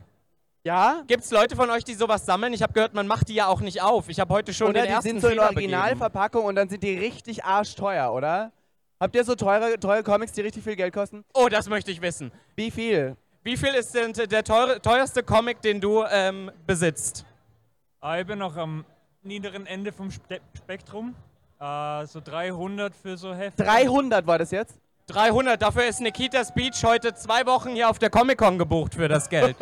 Speaker 3: Ja?
Speaker 2: Gibt es Leute von euch, die sowas sammeln? Ich habe gehört, man macht die ja auch nicht auf. Ich habe heute schon
Speaker 3: Oder
Speaker 2: den
Speaker 3: die
Speaker 2: ersten
Speaker 3: sind so in
Speaker 2: Fehler begeben.
Speaker 3: Originalverpackung und dann sind die richtig arschteuer, oder? Habt ihr so teure, teure Comics, die richtig viel Geld kosten?
Speaker 2: Oh, das möchte ich wissen.
Speaker 3: Wie viel?
Speaker 2: Wie viel ist denn der teure, teuerste Comic, den du ähm, besitzt?
Speaker 6: Ah, ich bin noch am niederen Ende vom Spe Spektrum. Äh, so 300 für so Hefte.
Speaker 3: 300 war das jetzt?
Speaker 2: 300. Dafür ist Nikitas Beach heute zwei Wochen hier auf der Comic-Con gebucht für das Geld.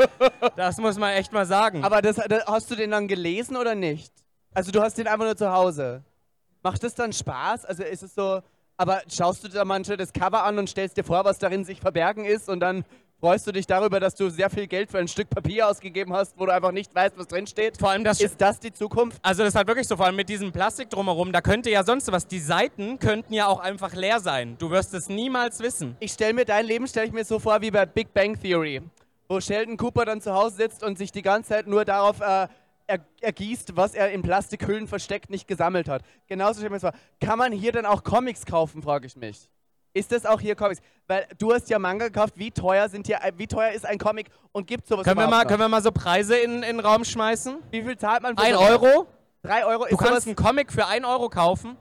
Speaker 2: das muss man echt mal sagen.
Speaker 3: Aber das, das, hast du den dann gelesen oder nicht? Also du hast den einfach nur zu Hause. Macht das dann Spaß? Also ist es so, aber schaust du da manchmal das Cover an und stellst dir vor, was darin sich verbergen ist und dann freust du dich darüber, dass du sehr viel Geld für ein Stück Papier ausgegeben hast, wo du einfach nicht weißt, was drin steht?
Speaker 2: Vor allem das
Speaker 3: Ist das die Zukunft?
Speaker 2: Also das ist halt wirklich so, vor allem mit diesem Plastik drumherum, da könnte ja sonst was. Die Seiten könnten ja auch einfach leer sein. Du wirst es niemals wissen.
Speaker 3: Ich stelle mir dein Leben, stelle ich mir so vor wie bei Big Bang Theory, wo Sheldon Cooper dann zu Hause sitzt und sich die ganze Zeit nur darauf äh, er, ergießt, was er in Plastikhüllen versteckt nicht gesammelt hat. Genauso stelle ich mir das vor. Kann man hier denn auch Comics kaufen, frage ich mich. Ist das auch hier Comics? Weil du hast ja Manga gekauft, wie teuer sind hier, wie teuer ist ein Comic und gibt sowas
Speaker 2: Können wir, mal,
Speaker 3: überhaupt
Speaker 2: können
Speaker 3: noch?
Speaker 2: wir mal so Preise in, in den Raum schmeißen?
Speaker 3: Wie viel zahlt man für
Speaker 2: Ein
Speaker 3: so einen-
Speaker 2: Euro?
Speaker 3: Drei Euro?
Speaker 2: Du
Speaker 3: Ist
Speaker 2: kannst
Speaker 3: sowas,
Speaker 2: einen Comic für ein Euro kaufen.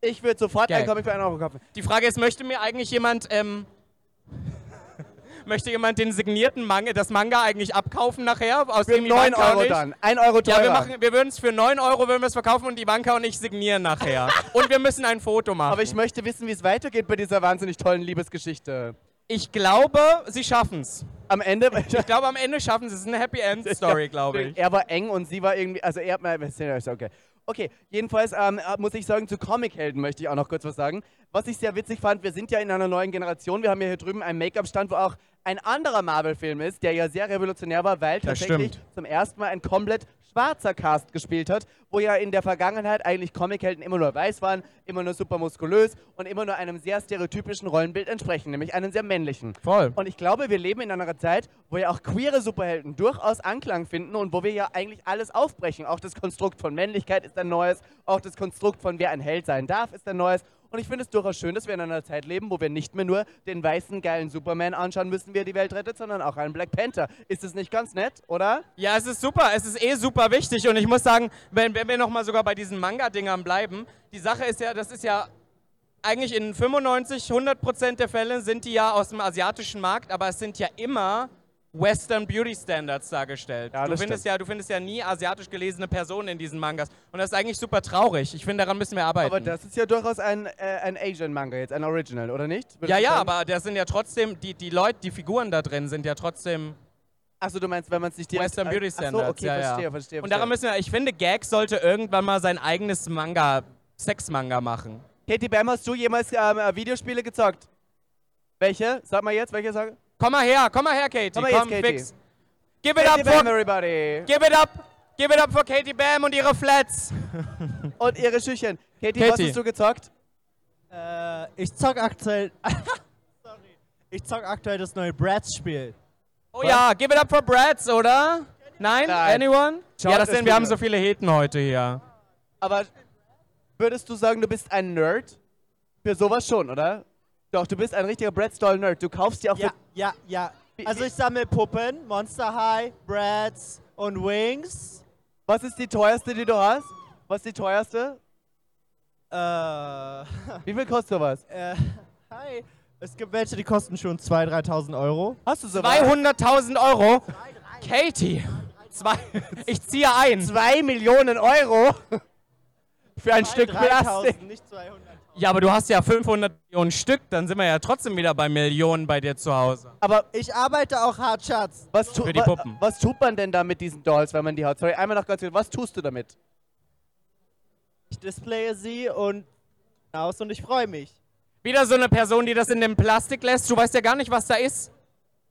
Speaker 3: ich würde sofort
Speaker 2: Gag.
Speaker 3: einen Comic für einen Euro kaufen.
Speaker 2: Die Frage ist, möchte mir eigentlich jemand, ähm, möchte jemand den signierten Manga, das Manga eigentlich abkaufen nachher? Aus
Speaker 3: Für
Speaker 2: dem
Speaker 3: 9
Speaker 2: Ivanka und
Speaker 3: Euro
Speaker 2: ich?
Speaker 3: dann. Ein Euro teurer.
Speaker 2: Ja, wir, machen- wir würden es für 9 Euro würden wir es verkaufen und Ivanka und ich signieren nachher. und wir müssen ein Foto machen.
Speaker 3: Aber ich möchte wissen, wie es weitergeht bei dieser wahnsinnig tollen Liebesgeschichte.
Speaker 2: ich glaube, sie schaffen es.
Speaker 3: Am Ende.
Speaker 2: Ich glaube, am Ende schaffen sie es. Es ist eine Happy End Story, glaube ich.
Speaker 3: Er war eng und sie war irgendwie, also er, na, ist ja okay. Okay, jedenfalls ähm, äh, muss ich sagen, zu Comichelden möchte ich auch noch kurz was sagen. Was ich sehr witzig fand, wir sind ja in einer neuen Generation. Wir haben ja hier drüben einen Make-up-Stand, wo auch ein anderer Marvel-Film ist, der ja sehr revolutionär war, weil tatsächlich
Speaker 2: stimmt.
Speaker 3: zum ersten Mal ein komplett schwarzer Cast gespielt hat, wo ja in der Vergangenheit eigentlich Comichelden immer nur weiß waren, immer nur super muskulös und immer nur einem sehr stereotypischen Rollenbild entsprechen, nämlich einem sehr männlichen.
Speaker 2: Voll.
Speaker 3: Und ich glaube, wir leben in einer Zeit, wo ja auch queere Superhelden durchaus Anklang finden und wo wir ja eigentlich alles aufbrechen. Auch das Konstrukt von Männlichkeit ist ein neues, auch das Konstrukt von wer ein Held sein darf ist ein neues. Und ich finde es durchaus schön, dass wir in einer Zeit leben, wo wir nicht mehr nur den weißen, geilen Superman anschauen müssen, wie er die Welt rettet, sondern auch einen Black Panther. Ist das nicht ganz nett, oder?
Speaker 2: Ja, es ist super. Es ist eh super wichtig. Und ich muss sagen, wenn, wenn wir nochmal sogar bei diesen Manga-Dingern bleiben, die Sache ist ja, das ist ja eigentlich in 95, 100 Prozent der Fälle sind die ja aus dem asiatischen Markt, aber es sind ja immer Western Beauty Standards dargestellt.
Speaker 3: Ja,
Speaker 2: du,
Speaker 3: das
Speaker 2: findest ja, du findest ja nie asiatisch gelesene Personen in diesen Mangas. Und das ist eigentlich super traurig. Ich finde, daran müssen wir arbeiten.
Speaker 3: Aber das ist ja durchaus ein, äh, ein Asian-Manga jetzt, ein Original, oder nicht? Würdest
Speaker 2: ja,
Speaker 3: du
Speaker 2: ja,
Speaker 3: sagen?
Speaker 2: aber das sind ja trotzdem, die, die Leute, die Figuren da drin sind ja trotzdem
Speaker 3: Achso, du meinst, wenn man es nicht direkt...
Speaker 2: Western Beauty
Speaker 3: Achso,
Speaker 2: Standards.
Speaker 3: okay,
Speaker 2: ja, ja.
Speaker 3: verstehe, verstehe.
Speaker 2: Und daran
Speaker 3: verstehe.
Speaker 2: müssen wir, ich finde, Gag sollte irgendwann mal sein eigenes Manga, Sex-Manga machen.
Speaker 3: Katie Bam, hast du jemals ähm, äh, Videospiele gezockt? Welche? Sag mal jetzt, welche sag?
Speaker 2: Komm mal her, komm mal her, Katie.
Speaker 3: Komm mal jetzt, Katie.
Speaker 2: fix. Give it
Speaker 3: Katie
Speaker 2: up
Speaker 3: Bam,
Speaker 2: for,
Speaker 3: everybody.
Speaker 2: give it up, give it up for Katie Bam und ihre Flats.
Speaker 3: Und ihre Schüchchen. Katie, was
Speaker 2: Katie.
Speaker 3: hast du gezockt?
Speaker 7: Äh, ich zock aktuell. Sorry. Ich zock aktuell das neue Bratz-Spiel.
Speaker 2: Oh ja, give it up for Brads, oder? Nein?
Speaker 3: Nein.
Speaker 2: Anyone?
Speaker 3: Schaut
Speaker 2: ja, das
Speaker 3: das
Speaker 2: sind, wir haben
Speaker 3: Video.
Speaker 2: so viele Heten heute hier.
Speaker 3: Aber würdest du sagen, du bist ein Nerd? Für sowas schon, oder? Doch, du bist ein richtiger Bratz-Doll-Nerd. Du kaufst dir auch
Speaker 7: Ja,
Speaker 3: für...
Speaker 7: ja, ja.
Speaker 3: Wie-
Speaker 7: Also ich sammle Puppen, Monster High, Bratz und Wings.
Speaker 3: Was ist die teuerste, die du hast? Was ist die teuerste?
Speaker 7: Äh,
Speaker 3: Wie viel kostet sowas?
Speaker 7: äh, hi. Es gibt welche, die kosten schon 2.000, 3.000 Euro.
Speaker 3: Hast du sowas?
Speaker 2: 200.000 Euro. Katie. Zwei. Ich ziehe ein.
Speaker 3: 2 Millionen Euro für ein Stück
Speaker 7: 3.000,
Speaker 3: Plastik.
Speaker 7: nicht 200.
Speaker 2: Ja, aber du hast ja 500 Millionen Stück, dann sind wir ja trotzdem wieder bei Millionen bei dir zu Hause.
Speaker 3: Aber
Speaker 7: Ich arbeite auch hart, Schatz.
Speaker 3: was, tu
Speaker 2: Für die
Speaker 3: wa-
Speaker 2: Puppen.
Speaker 3: was tut man denn da mit diesen Dolls, wenn man die hat? Sorry, einmal noch ganz kurz. Was tust du damit?
Speaker 7: Ich displaye sie und aus und ich freue mich.
Speaker 2: Wieder so eine Person, die das in dem Plastik lässt. Du weißt ja gar nicht, was da ist.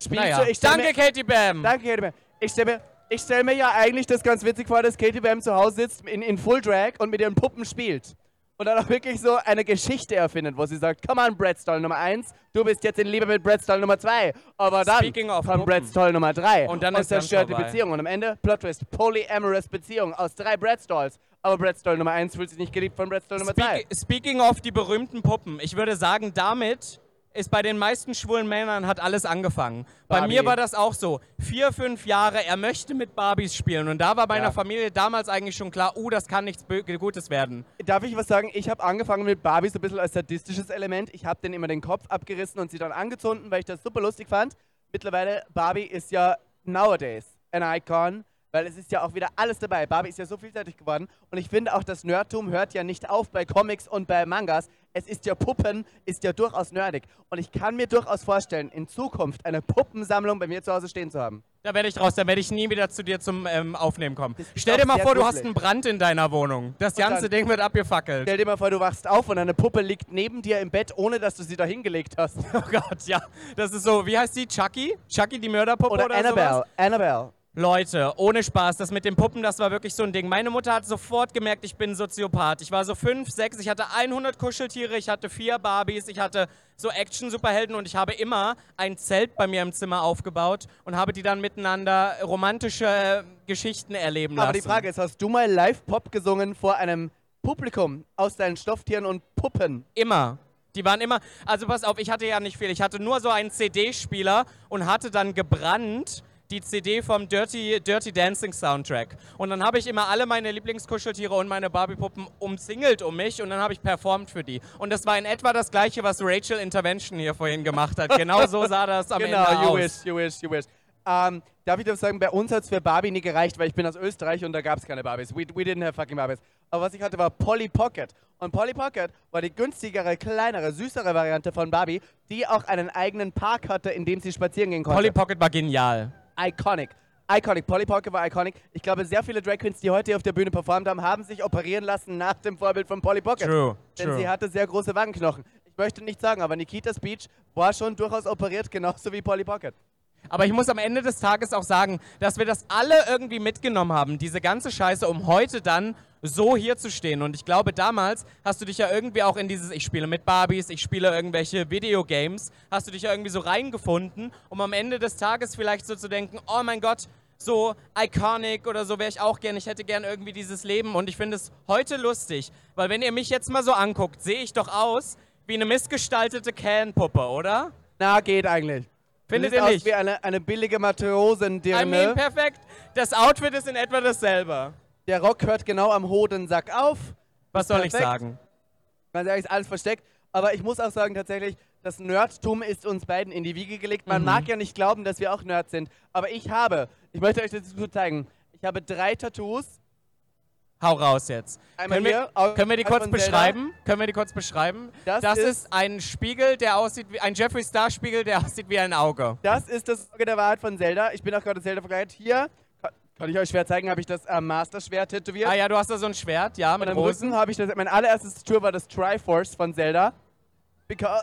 Speaker 3: Spielst
Speaker 2: Naja.
Speaker 3: du? Ich stell
Speaker 2: Danke,
Speaker 3: mir,
Speaker 2: Katie Bam.
Speaker 3: Danke, Katie Bam. Ich stelle mir, ich stell mir ja eigentlich das ganz witzig vor, dass Katie Bam zu Hause sitzt in, in Full Drag und mit ihren Puppen spielt. Und dann auch wirklich so eine Geschichte erfindet, wo sie sagt, come on, Bradstall Nummer 1, du bist jetzt in Liebe mit Bradstall Nummer 2. Aber dann
Speaker 2: Speaking of
Speaker 3: kommt
Speaker 2: Puppen.
Speaker 3: Bradstall Nummer 3
Speaker 2: Und dann ist ganz
Speaker 3: zerstört die
Speaker 2: vorbei.
Speaker 3: Beziehung. Und am Ende, Plot Twist, polyamorous Beziehung aus drei Bradstalls. Aber Bradstall Nummer 1 fühlt sich nicht geliebt von Bradstall Nummer 2.
Speaker 2: Speak, speaking of die berühmten Puppen, ich würde sagen, damit ist bei den meisten schwulen Männern hat alles angefangen. Bei
Speaker 3: Barbie.
Speaker 2: mir war das auch so. Vier, fünf Jahre, er möchte mit Barbies spielen. Und da war meiner
Speaker 3: Ja.
Speaker 2: Familie damals eigentlich schon klar, uh, das kann nichts Bö- Gutes werden.
Speaker 3: Darf ich was sagen? Ich habe angefangen mit Barbie so ein bisschen als sadistisches Element. Ich habe denen immer den Kopf abgerissen und sie dann angezündet, weil ich das super lustig fand. Mittlerweile, Barbie ist ja nowadays an Icon, weil es ist ja auch wieder alles dabei. Barbie ist ja so vielseitig geworden und ich finde auch, das Nerdtum hört ja nicht auf bei Comics und bei Mangas. Es ist ja Puppen, ist ja durchaus nerdig. Und ich kann mir durchaus vorstellen, in Zukunft eine Puppensammlung bei mir zu Hause stehen zu haben.
Speaker 2: Da werde ich raus, da werde ich nie wieder zu dir zum ähm, Aufnehmen kommen.
Speaker 3: Das ist
Speaker 2: Stell dir
Speaker 3: auch
Speaker 2: mal
Speaker 3: sehr
Speaker 2: vor, du hast
Speaker 3: gruselig.
Speaker 2: einen Brand in deiner Wohnung. Das ganze
Speaker 3: dann-
Speaker 2: Ding wird abgefackelt.
Speaker 3: Stell dir mal vor, du wachst auf und eine Puppe liegt neben dir im Bett, ohne dass du sie da hingelegt hast.
Speaker 2: Oh Gott, ja. Das ist so, wie heißt die? Chucky? Chucky, die Mörderpuppe oder,
Speaker 3: Oder, Annabelle.
Speaker 2: sowas?
Speaker 3: Annabelle.
Speaker 2: Leute, ohne Spaß, das mit den Puppen, das war wirklich so ein Ding. Meine Mutter hat sofort gemerkt, ich bin Soziopath. Ich war so fünf, sechs, ich hatte 100 Kuscheltiere, ich hatte vier Barbies, ich hatte so Action-Superhelden und ich habe immer ein Zelt bei mir im Zimmer aufgebaut und habe die dann miteinander romantische äh, Geschichten erleben lassen.
Speaker 3: Aber die Frage ist, hast du mal Live-Pop gesungen vor einem Publikum aus deinen Stofftieren und Puppen?
Speaker 2: Immer. Die waren immer. Also pass auf, ich hatte ja nicht viel. Ich hatte nur so einen CD-Spieler und hatte dann gebrannt die CD vom Dirty, Dirty Dancing Soundtrack. Und dann habe ich immer alle meine Lieblingskuscheltiere und meine Barbie-Puppen umzingelt um mich und dann habe ich performt für die. Und das war in etwa das gleiche, was Rachel Intervention hier vorhin gemacht hat. Genau so sah das am Ende
Speaker 3: Genau, you
Speaker 2: aus.
Speaker 3: wish, you wish, you wish. Ähm, darf ich dir was sagen, bei uns hat es für Barbie nie gereicht, weil ich bin aus Österreich und da gab es keine Barbies. We, we didn't have fucking Barbies. Aber was ich hatte, war Polly Pocket. Und Polly Pocket war die günstigere, kleinere, süßere Variante von Barbie, die auch einen eigenen Park hatte, in dem sie spazieren gehen konnte.
Speaker 2: Polly Pocket war genial.
Speaker 3: Iconic. Iconic. Polly Pocket war iconic. Ich glaube, sehr viele Drag Queens, die heute hier auf der Bühne performt haben, haben sich operieren lassen nach dem Vorbild von Polly Pocket.
Speaker 2: True,
Speaker 3: Denn
Speaker 2: true.
Speaker 3: sie hatte sehr große Wangenknochen. Ich möchte nicht sagen, aber Nikitas Beach war schon durchaus operiert, genauso wie Polly Pocket.
Speaker 2: Aber ich muss am Ende des Tages auch sagen, dass wir das alle irgendwie mitgenommen haben, diese ganze Scheiße, um heute dann so hier zu stehen. Und ich glaube, damals hast du dich ja irgendwie auch in dieses, ich spiele mit Barbies, ich spiele irgendwelche Videogames, hast du dich ja irgendwie so reingefunden, um am Ende des Tages vielleicht so zu denken, oh mein Gott, so iconic oder so wäre ich auch gern. Ich hätte gern irgendwie dieses Leben und ich finde es heute lustig, weil wenn ihr mich jetzt mal so anguckt, sehe ich doch aus wie eine missgestaltete Can-Puppe, oder?
Speaker 3: Na, geht eigentlich.
Speaker 2: Findet
Speaker 3: Sieht
Speaker 2: ihr
Speaker 3: aus
Speaker 2: nicht?
Speaker 3: wie eine, eine billige Matrosendirne.
Speaker 2: I mean, perfekt. Das Outfit ist in etwa dasselbe.
Speaker 3: der Rock hört genau am Hodensack auf.
Speaker 2: Was soll ich
Speaker 3: Perfekt.
Speaker 2: sagen?
Speaker 3: Ganz ehrlich, ist alles versteckt. Aber ich muss auch sagen, tatsächlich, das Nerdtum ist uns beiden in die Wiege gelegt.
Speaker 2: Mhm.
Speaker 3: Man mag ja nicht glauben, dass wir auch Nerds sind. Aber ich habe, ich möchte euch das gut zeigen, ich habe drei Tattoos.
Speaker 2: Hau raus jetzt.
Speaker 3: Einmal
Speaker 2: können,
Speaker 3: hier,
Speaker 2: wir,
Speaker 3: Augen
Speaker 2: können wir die
Speaker 3: von
Speaker 2: kurz
Speaker 3: Zelda.
Speaker 2: beschreiben? Können wir die kurz beschreiben?
Speaker 3: Das
Speaker 2: ist,
Speaker 3: ist-
Speaker 2: ein Spiegel, der aussieht wie ein Jeffree Star Spiegel, der aussieht wie ein Auge.
Speaker 3: Das ist das Auge der Wahrheit von Zelda. Ich bin auch gerade Zelda verkleidet. Hier, ka- kann ich euch schwer zeigen, habe ich das äh, Master-Schwert tätowiert.
Speaker 2: Ah ja, du hast da so ein Schwert, ja,
Speaker 3: Und
Speaker 2: mit
Speaker 3: am
Speaker 2: Rosen.
Speaker 3: Rücken habe ich das, mein allererstes Tattoo war das Triforce von Zelda. Because,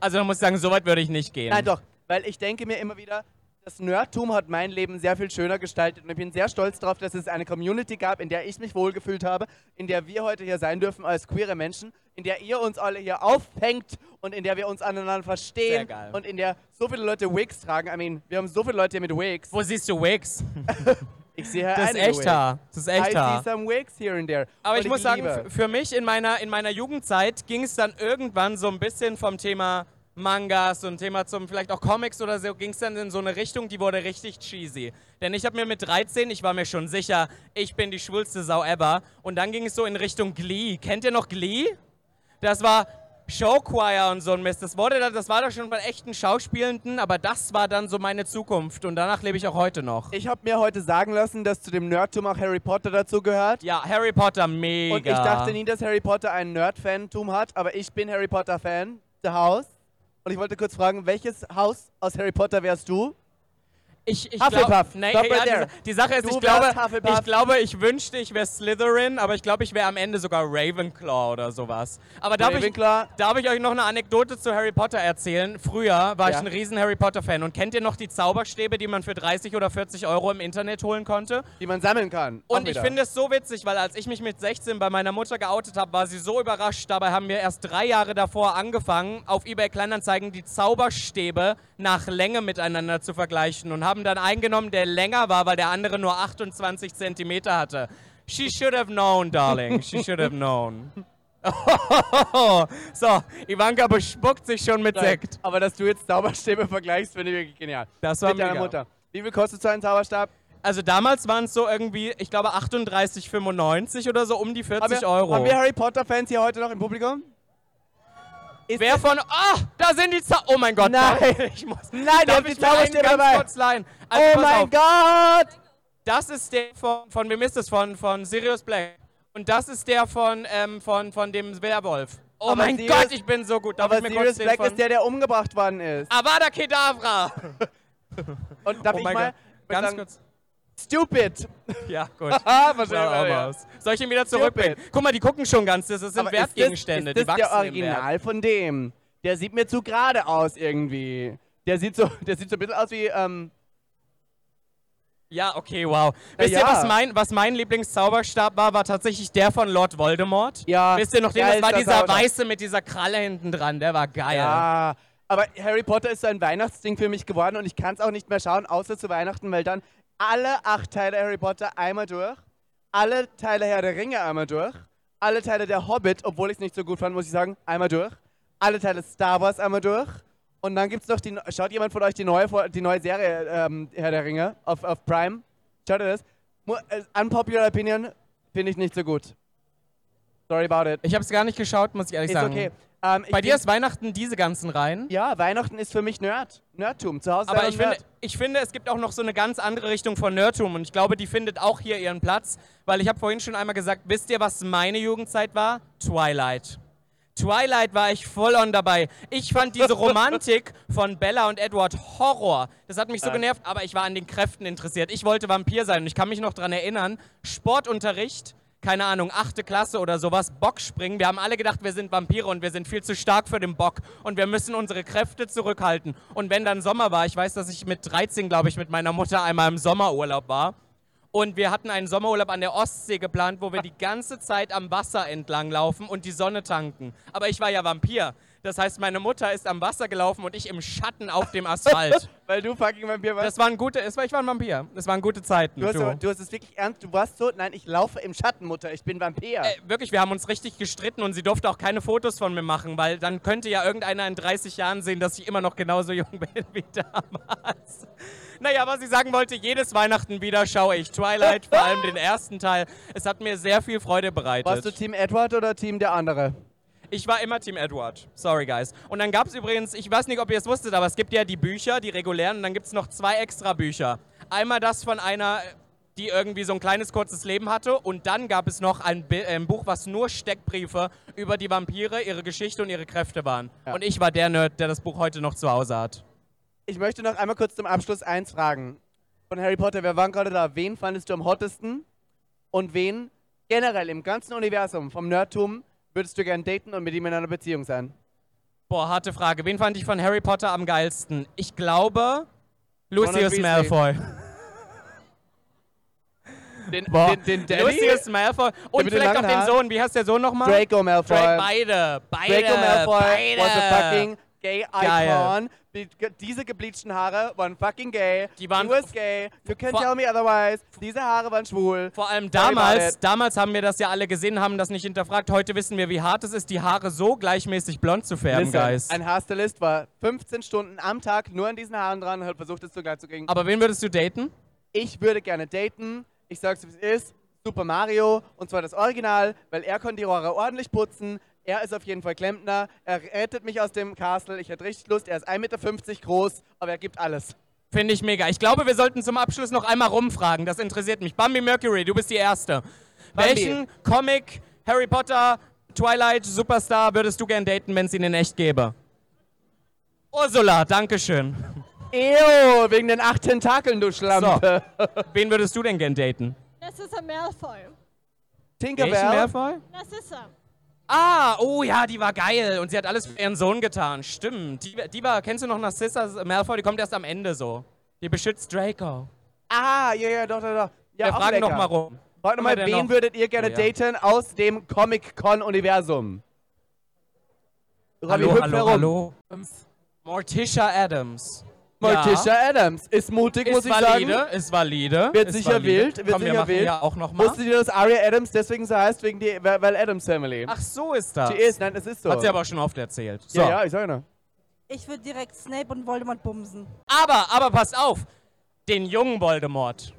Speaker 2: Also man muss sagen, so weit würde ich nicht gehen.
Speaker 3: Nein, doch, weil ich denke mir immer wieder, das Nerdtum hat mein Leben sehr viel schöner gestaltet und ich bin sehr stolz darauf, dass es eine Community gab, in der ich mich wohlgefühlt habe, in der wir heute hier sein dürfen als queere Menschen, in der ihr uns alle hier auffängt und in der wir uns aneinander
Speaker 2: Sehr
Speaker 3: verstehen
Speaker 2: geil.
Speaker 3: und in der so viele Leute Wigs tragen. I mean, wir haben so viele Leute hier mit Wigs.
Speaker 2: Wo siehst du Wigs?
Speaker 3: Ich sehe hier
Speaker 2: Das ist
Speaker 3: einige
Speaker 2: echt Haar. Das ist echt
Speaker 3: I
Speaker 2: Haar.
Speaker 3: see some Wigs here and there.
Speaker 2: Aber
Speaker 3: Und
Speaker 2: ich muss sagen,
Speaker 3: liebe-
Speaker 2: f- für mich in meiner, in meiner Jugendzeit ging es dann irgendwann so ein bisschen vom Thema Mangas und Thema zum vielleicht auch Comics oder so, ging es dann in so eine Richtung, die wurde richtig cheesy. Denn ich habe mir mit 13, ich war mir schon sicher, ich bin die schwulste Sau ever. Und dann ging es so in Richtung Glee. Kennt ihr noch Glee? Das war Showchoir und so ein Mist. Das, wurde, dann- das war doch schon bei echten Schauspielenden, aber das war dann so meine Zukunft. Und danach lebe ich auch heute noch.
Speaker 3: Ich habe mir heute sagen lassen, dass zu dem Nerdtum auch Harry Potter dazu gehört.
Speaker 2: Ja, Harry Potter, mega.
Speaker 3: Und ich dachte nie, dass Harry Potter ein Nerd-Fantum hat, aber ich bin Harry Potter-Fan, The House. Und ich wollte kurz fragen, welches Haus aus Harry Potter wärst du?
Speaker 2: Ich, ich
Speaker 3: Hufflepuff,
Speaker 2: glaub- nee,
Speaker 3: stop right
Speaker 2: ja,
Speaker 3: there.
Speaker 2: die, die Sache ist,
Speaker 3: Du
Speaker 2: ich glaube,
Speaker 3: wärst Hufflepuff.
Speaker 2: ich glaube, ich wünschte, ich wäre Slytherin, aber ich glaube, ich wäre am Ende sogar Ravenclaw oder sowas. Aber darf ich,
Speaker 3: Ravenclaw.
Speaker 2: darf ich euch noch eine Anekdote zu Harry Potter erzählen? Früher war ich
Speaker 3: Ja.
Speaker 2: ein riesen Harry Potter-Fan und kennt ihr noch die Zauberstäbe, die man für 30 oder 40 Euro im Internet holen konnte?
Speaker 3: die man sammeln kann. Auch
Speaker 2: Und ich
Speaker 3: wieder.
Speaker 2: finde es so witzig, weil als ich mich mit 16 bei meiner Mutter geoutet habe, war sie so überrascht. Dabei haben wir erst drei Jahre davor angefangen, auf eBay Kleinanzeigen die Zauberstäbe nach Länge miteinander zu vergleichen und haben dann eingenommen, der länger war, weil der andere nur 28 Zentimeter hatte. She should have known, darling. She should have known. so, Ivanka bespuckt sich schon mit Sekt.
Speaker 3: Aber dass du jetzt Zauberstäbe vergleichst, finde ich wirklich genial.
Speaker 2: Das war
Speaker 3: Mit deiner
Speaker 2: mega.
Speaker 3: Mutter. Wie viel kostet so ein Zauberstab?
Speaker 2: Also damals waren es so irgendwie, ich glaube 38,95 oder so, um die 40
Speaker 3: Haben wir,
Speaker 2: Euro.
Speaker 3: Haben wir Harry Potter-Fans hier heute noch im Publikum?
Speaker 2: Wer von. Ah, da sind die Zau. Oh mein Gott.
Speaker 3: Nein.
Speaker 2: ich muss.
Speaker 3: Nein,
Speaker 2: Darf
Speaker 3: die
Speaker 2: ich mir einen
Speaker 3: Zauberstäbe
Speaker 2: ganz
Speaker 3: dabei.
Speaker 2: kurz leihen? Also,
Speaker 3: oh
Speaker 2: pass
Speaker 3: mein
Speaker 2: auf.
Speaker 3: Gott!
Speaker 2: Das ist der von, von wem ist das? Von, von Sirius Black. Und das ist der von, ähm, von, von dem Werwolf. Oh
Speaker 3: Aber
Speaker 2: mein
Speaker 3: Sirius-
Speaker 2: Gott, ich bin so gut. Darf
Speaker 3: Aber
Speaker 2: ich mir
Speaker 3: Sirius
Speaker 2: kurz den
Speaker 3: Black
Speaker 2: von
Speaker 3: ist der, der umgebracht worden ist.
Speaker 2: Avada Kedavra.
Speaker 3: Und darf
Speaker 2: Oh
Speaker 3: ich
Speaker 2: mein
Speaker 3: mal
Speaker 2: Gott. Ganz
Speaker 3: sagen,
Speaker 2: kurz.
Speaker 3: Stupid!
Speaker 2: Ja, gut.
Speaker 3: Ah,
Speaker 2: Sah auch mal aus. Soll ich ihn wieder zurückbringen? Guck mal, die gucken schon ganz. Das sind
Speaker 3: Aber ist das-
Speaker 2: Wertgegenstände.
Speaker 3: Ist das
Speaker 2: die
Speaker 3: der
Speaker 2: wachsen im Wert.
Speaker 3: Original von dem? Der sieht mir zu gerade aus irgendwie. Der sieht so, der sieht so ein bisschen aus wie, ähm,
Speaker 2: Ja, okay, wow. Wisst
Speaker 3: ja.
Speaker 2: ihr, was mein, was mein Lieblingszauberstab war? War tatsächlich der von Lord Voldemort.
Speaker 3: Ja,
Speaker 2: Wisst ihr noch den? Das war
Speaker 3: geilster
Speaker 2: dieser
Speaker 3: Zauberstab.
Speaker 2: weiße mit dieser Kralle hinten dran. Der war geil.
Speaker 3: Ja, Ah, aber Harry Potter ist so ein Weihnachtsding für mich geworden und ich kann es auch nicht mehr schauen, außer zu Weihnachten, weil dann alle acht Teile Harry Potter einmal durch, alle Teile Herr der Ringe einmal durch, alle Teile der Hobbit, obwohl ich es nicht so gut fand, muss ich sagen, einmal durch, alle Teile Star Wars einmal durch und dann gibt's noch die, ne- schaut jemand von euch die neue, Vor- die neue Serie ähm, Herr der Ringe auf, auf Prime? Schaut ihr das? Mu äh, unpopular Opinion finde ich nicht so gut. Sorry about it.
Speaker 2: Ich habe es gar nicht geschaut, muss ich ehrlich
Speaker 3: Ist
Speaker 2: sagen.
Speaker 3: okay. Ähm, ich
Speaker 2: Bei dir
Speaker 3: find-
Speaker 2: ist Weihnachten diese ganzen Reihen.
Speaker 3: ja, Weihnachten ist für mich Nerd. Nerdtum. Zu Hause sein
Speaker 2: Aber
Speaker 3: und
Speaker 2: ich finde,
Speaker 3: Nerd.
Speaker 2: ich finde, es gibt auch noch so eine ganz andere Richtung von Nerdtum und ich glaube, die findet auch hier ihren Platz, weil ich habe vorhin schon einmal gesagt, wisst ihr, was meine Jugendzeit war? Twilight. Twilight war ich voll on dabei. Ich fand diese Romantik von Bella und Edward Horror. Das hat mich so genervt, aber ich war an den Kräften interessiert. Ich wollte Vampir sein und ich kann mich noch dran erinnern, Sportunterricht, keine Ahnung, achte Klasse oder sowas, Bockspringen. Wir haben alle gedacht, wir sind Vampire und wir sind viel zu stark für den Bock und wir müssen unsere Kräfte zurückhalten. Und wenn dann Sommer war, ich weiß, dass ich mit 13, glaube ich, mit meiner Mutter einmal im Sommerurlaub war. Und wir hatten einen Sommerurlaub an der Ostsee geplant, wo wir die ganze Zeit am Wasser entlang laufen und die Sonne tanken. Aber ich war ja Vampir. Das heißt, meine Mutter ist am Wasser gelaufen und ich im Schatten auf dem Asphalt.
Speaker 3: Weil du fucking Vampir warst.
Speaker 2: Das waren gute, es war, ich war ein Vampir. Das waren gute Zeiten.
Speaker 3: Du hast,
Speaker 2: du.
Speaker 3: aber- du hast es wirklich ernst. Du warst so, nein, ich laufe im Schatten, Mutter. Ich bin Vampir.
Speaker 2: Äh, wirklich, wir haben uns richtig gestritten und sie durfte auch keine Fotos von mir machen, weil dann könnte ja irgendeiner in 30 Jahren sehen, dass ich immer noch genauso jung bin wie damals. Naja, was ich sagen wollte, jedes Weihnachten wieder schaue ich Twilight, vor allem den ersten Teil. Es hat mir sehr viel Freude bereitet.
Speaker 3: warst du Team Edward oder Team der andere?
Speaker 2: Ich war immer Team Edward. Sorry, guys. Und dann gab es übrigens, ich weiß nicht, ob ihr es wusstet, aber es gibt ja die Bücher, die regulären, und dann gibt es noch zwei extra Bücher. Einmal das von einer, die irgendwie so ein kleines, kurzes Leben hatte. Und dann gab es noch ein, Bi äh, ein Buch, was nur Steckbriefe über die Vampire, ihre Geschichte und ihre Kräfte waren. Und ich war der Nerd, der das Buch heute noch zu Hause hat.
Speaker 3: Ich möchte noch einmal kurz zum Abschluss eins fragen. Von Harry Potter, wir waren gerade da. Wen fandest du am hottesten? Und wen generell im ganzen Universum vom Nerdtum würdest du gern daten und mit ihm in einer Beziehung sein?
Speaker 2: Boah, harte Frage. Wen fand ich von Harry Potter am geilsten? Ich glaube,
Speaker 3: Ronald
Speaker 2: Lucius
Speaker 3: Weasley.
Speaker 2: Malfoy.
Speaker 3: Den,
Speaker 2: Boah.
Speaker 3: den, den Daddy?
Speaker 2: Lucius Malfoy. Und
Speaker 3: mit den
Speaker 2: vielleicht auch
Speaker 3: langen
Speaker 2: den
Speaker 3: Haaren?
Speaker 2: Sohn. Wie heißt der Sohn nochmal?
Speaker 3: Draco Malfoy.
Speaker 2: Drake, beide, beide,
Speaker 3: Draco Malfoy
Speaker 2: beide.
Speaker 3: was a fucking Gay-Icon. Be- ge- Diese gebleachten Haare waren fucking gay.
Speaker 2: Die waren-
Speaker 3: du warst gay. You can't
Speaker 2: vor-
Speaker 3: tell me otherwise. Diese Haare waren schwul.
Speaker 2: Vor allem
Speaker 3: Sorry about
Speaker 2: damals,
Speaker 3: it.
Speaker 2: damals haben wir das ja alle gesehen, haben das nicht hinterfragt. Heute wissen wir, wie hart es ist, die Haare so gleichmäßig blond zu färben,
Speaker 3: Listen,
Speaker 2: Guys.
Speaker 3: Ein Haarstylist war 15 Stunden am Tag nur an diesen Haaren dran und hat versucht, es so glatt zu kriegen.
Speaker 2: Aber wen würdest du daten?
Speaker 3: ich würde gerne daten. Ich sag's, wie es ist. Super Mario, und zwar das Original, weil er konnte die Rohre ordentlich putzen. Er ist auf jeden Fall Klempner. Er rettet mich aus dem Castle. Ich hätte richtig Lust. Er ist 1,50 Meter groß, aber er gibt alles.
Speaker 2: Finde ich mega. Ich glaube, wir sollten zum Abschluss noch einmal rumfragen. Das interessiert mich. Bambi Mercury, du bist die Erste.
Speaker 3: Bambi.
Speaker 2: Welchen Comic, Harry Potter, Twilight, Superstar würdest du gern daten, wenn es ihn in echt gäbe? Ursula, Dankeschön.
Speaker 3: Ew, wegen den acht Tentakeln, du Schlampe.
Speaker 2: Wen würdest du denn gern daten?
Speaker 8: Narcissa Malfoy.
Speaker 2: Welchen
Speaker 3: Tinkerbell.
Speaker 2: Malfoy?
Speaker 8: Narcissa.
Speaker 2: Ah, oh ja, die war geil. Und sie hat alles für ihren Sohn getan. Stimmt. Die, die war, kennst du noch Narcissa Malfoy? Die kommt erst am Ende so. Die beschützt Draco.
Speaker 3: Ah, ja, ja, doch, doch, doch. Ja,
Speaker 2: Wir
Speaker 3: auch
Speaker 2: fragen
Speaker 3: lecker.
Speaker 2: nochmal rum.
Speaker 3: Frag noch mal,
Speaker 2: Haben wir denn
Speaker 3: wen
Speaker 2: noch?
Speaker 3: würdet ihr gerne
Speaker 2: Ja.
Speaker 3: daten aus dem Comic-Con-Universum? Robbie,
Speaker 2: Hallo,
Speaker 3: hüpf
Speaker 2: hallo,
Speaker 3: herum.
Speaker 2: hallo. Morticia Adams.
Speaker 3: Morticia Adams ist mutig, muss
Speaker 2: Ist
Speaker 3: ich
Speaker 2: valide,
Speaker 3: sagen.
Speaker 2: ist valide.
Speaker 3: Wird
Speaker 2: ist
Speaker 3: sicher
Speaker 2: valide.
Speaker 3: wild, wird
Speaker 2: Komm, wir
Speaker 3: sicher
Speaker 2: machen
Speaker 3: wild.
Speaker 2: Ja auch noch mal.
Speaker 3: Wusstet ihr, dass Aria Adams deswegen so heißt, wegen die, weil weil Adams Family?
Speaker 2: Ach so ist das.
Speaker 3: die ist, nein, es ist so.
Speaker 2: Ah. Hat sie aber auch schon oft erzählt. So.
Speaker 3: ja, ja, ich sag nur.
Speaker 9: Ich würde direkt Snape und Voldemort bumsen.
Speaker 2: Aber, aber passt auf. Den jungen Voldemort.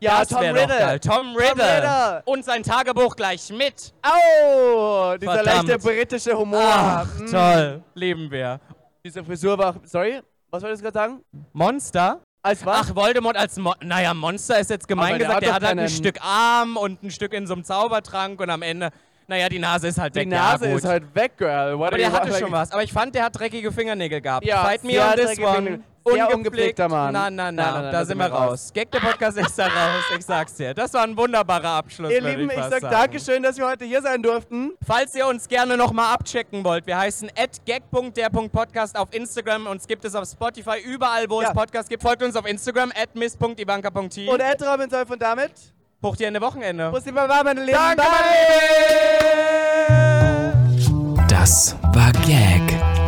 Speaker 3: Ja,
Speaker 2: das
Speaker 3: Ah, Tom
Speaker 2: wär doch
Speaker 3: Riddle.
Speaker 2: geil. Tom Riddle.
Speaker 3: Riddle.
Speaker 2: Und sein Tagebuch gleich mit.
Speaker 3: Au, dieser
Speaker 2: Verdammt.
Speaker 3: leichte britische Humor.
Speaker 2: Ach,
Speaker 3: Mm.
Speaker 2: Ah, toll. Leben wir.
Speaker 3: Diese Frisur war, sorry, was wollte ich gerade sagen?
Speaker 2: Monster?
Speaker 3: Als was?
Speaker 2: Ach, Voldemort als Mo Naja, Monster ist jetzt gemein
Speaker 3: Aber der
Speaker 2: gesagt.
Speaker 3: hat
Speaker 2: Der
Speaker 3: doch
Speaker 2: hat, halt ein
Speaker 3: keinen-
Speaker 2: Stück Arm und ein Stück in so einem Zaubertrank und am Ende. Naja, die Nase ist halt
Speaker 3: die
Speaker 2: weg.
Speaker 3: Nase
Speaker 2: ja, gut.
Speaker 3: ist halt weg, Girl. What
Speaker 2: Aber
Speaker 3: do you
Speaker 2: der hatte
Speaker 3: want?
Speaker 2: schon was. Aber ich fand, der hat dreckige Fingernägepflegt. gehabt.
Speaker 3: Ja,
Speaker 2: Fight me
Speaker 3: sehr
Speaker 2: on this
Speaker 3: dreckige
Speaker 2: one.
Speaker 3: Fingernägel. Sehr
Speaker 2: Ungepflegt.
Speaker 3: ungepflegter Mann.
Speaker 2: Na, na, na,
Speaker 3: Nein, nein, nein,
Speaker 2: da sind wir raus. Gag der Podcast ist da raus, ich sag's dir. Das war ein wunderbarer Abschluss.
Speaker 3: Ihr
Speaker 2: würd
Speaker 3: Lieben, ich
Speaker 2: fast
Speaker 3: sag
Speaker 2: sagen.
Speaker 3: Dankeschön, dass wir heute hier sein durften.
Speaker 2: Falls ihr uns gerne nochmal abchecken wollt, wir heißen gag.der.podcast auf Instagram. Uns gibt es auf Spotify, überall, wo
Speaker 3: Ja.
Speaker 2: es Podcasts gibt. Folgt uns auf Instagram, miss.ivanka.t.
Speaker 3: Und Ed Robin soll von damit.
Speaker 2: bucht ihr eine Wochenende.
Speaker 3: Bussi Baba, meine Lieben.
Speaker 2: Danke,
Speaker 4: Das war Gag,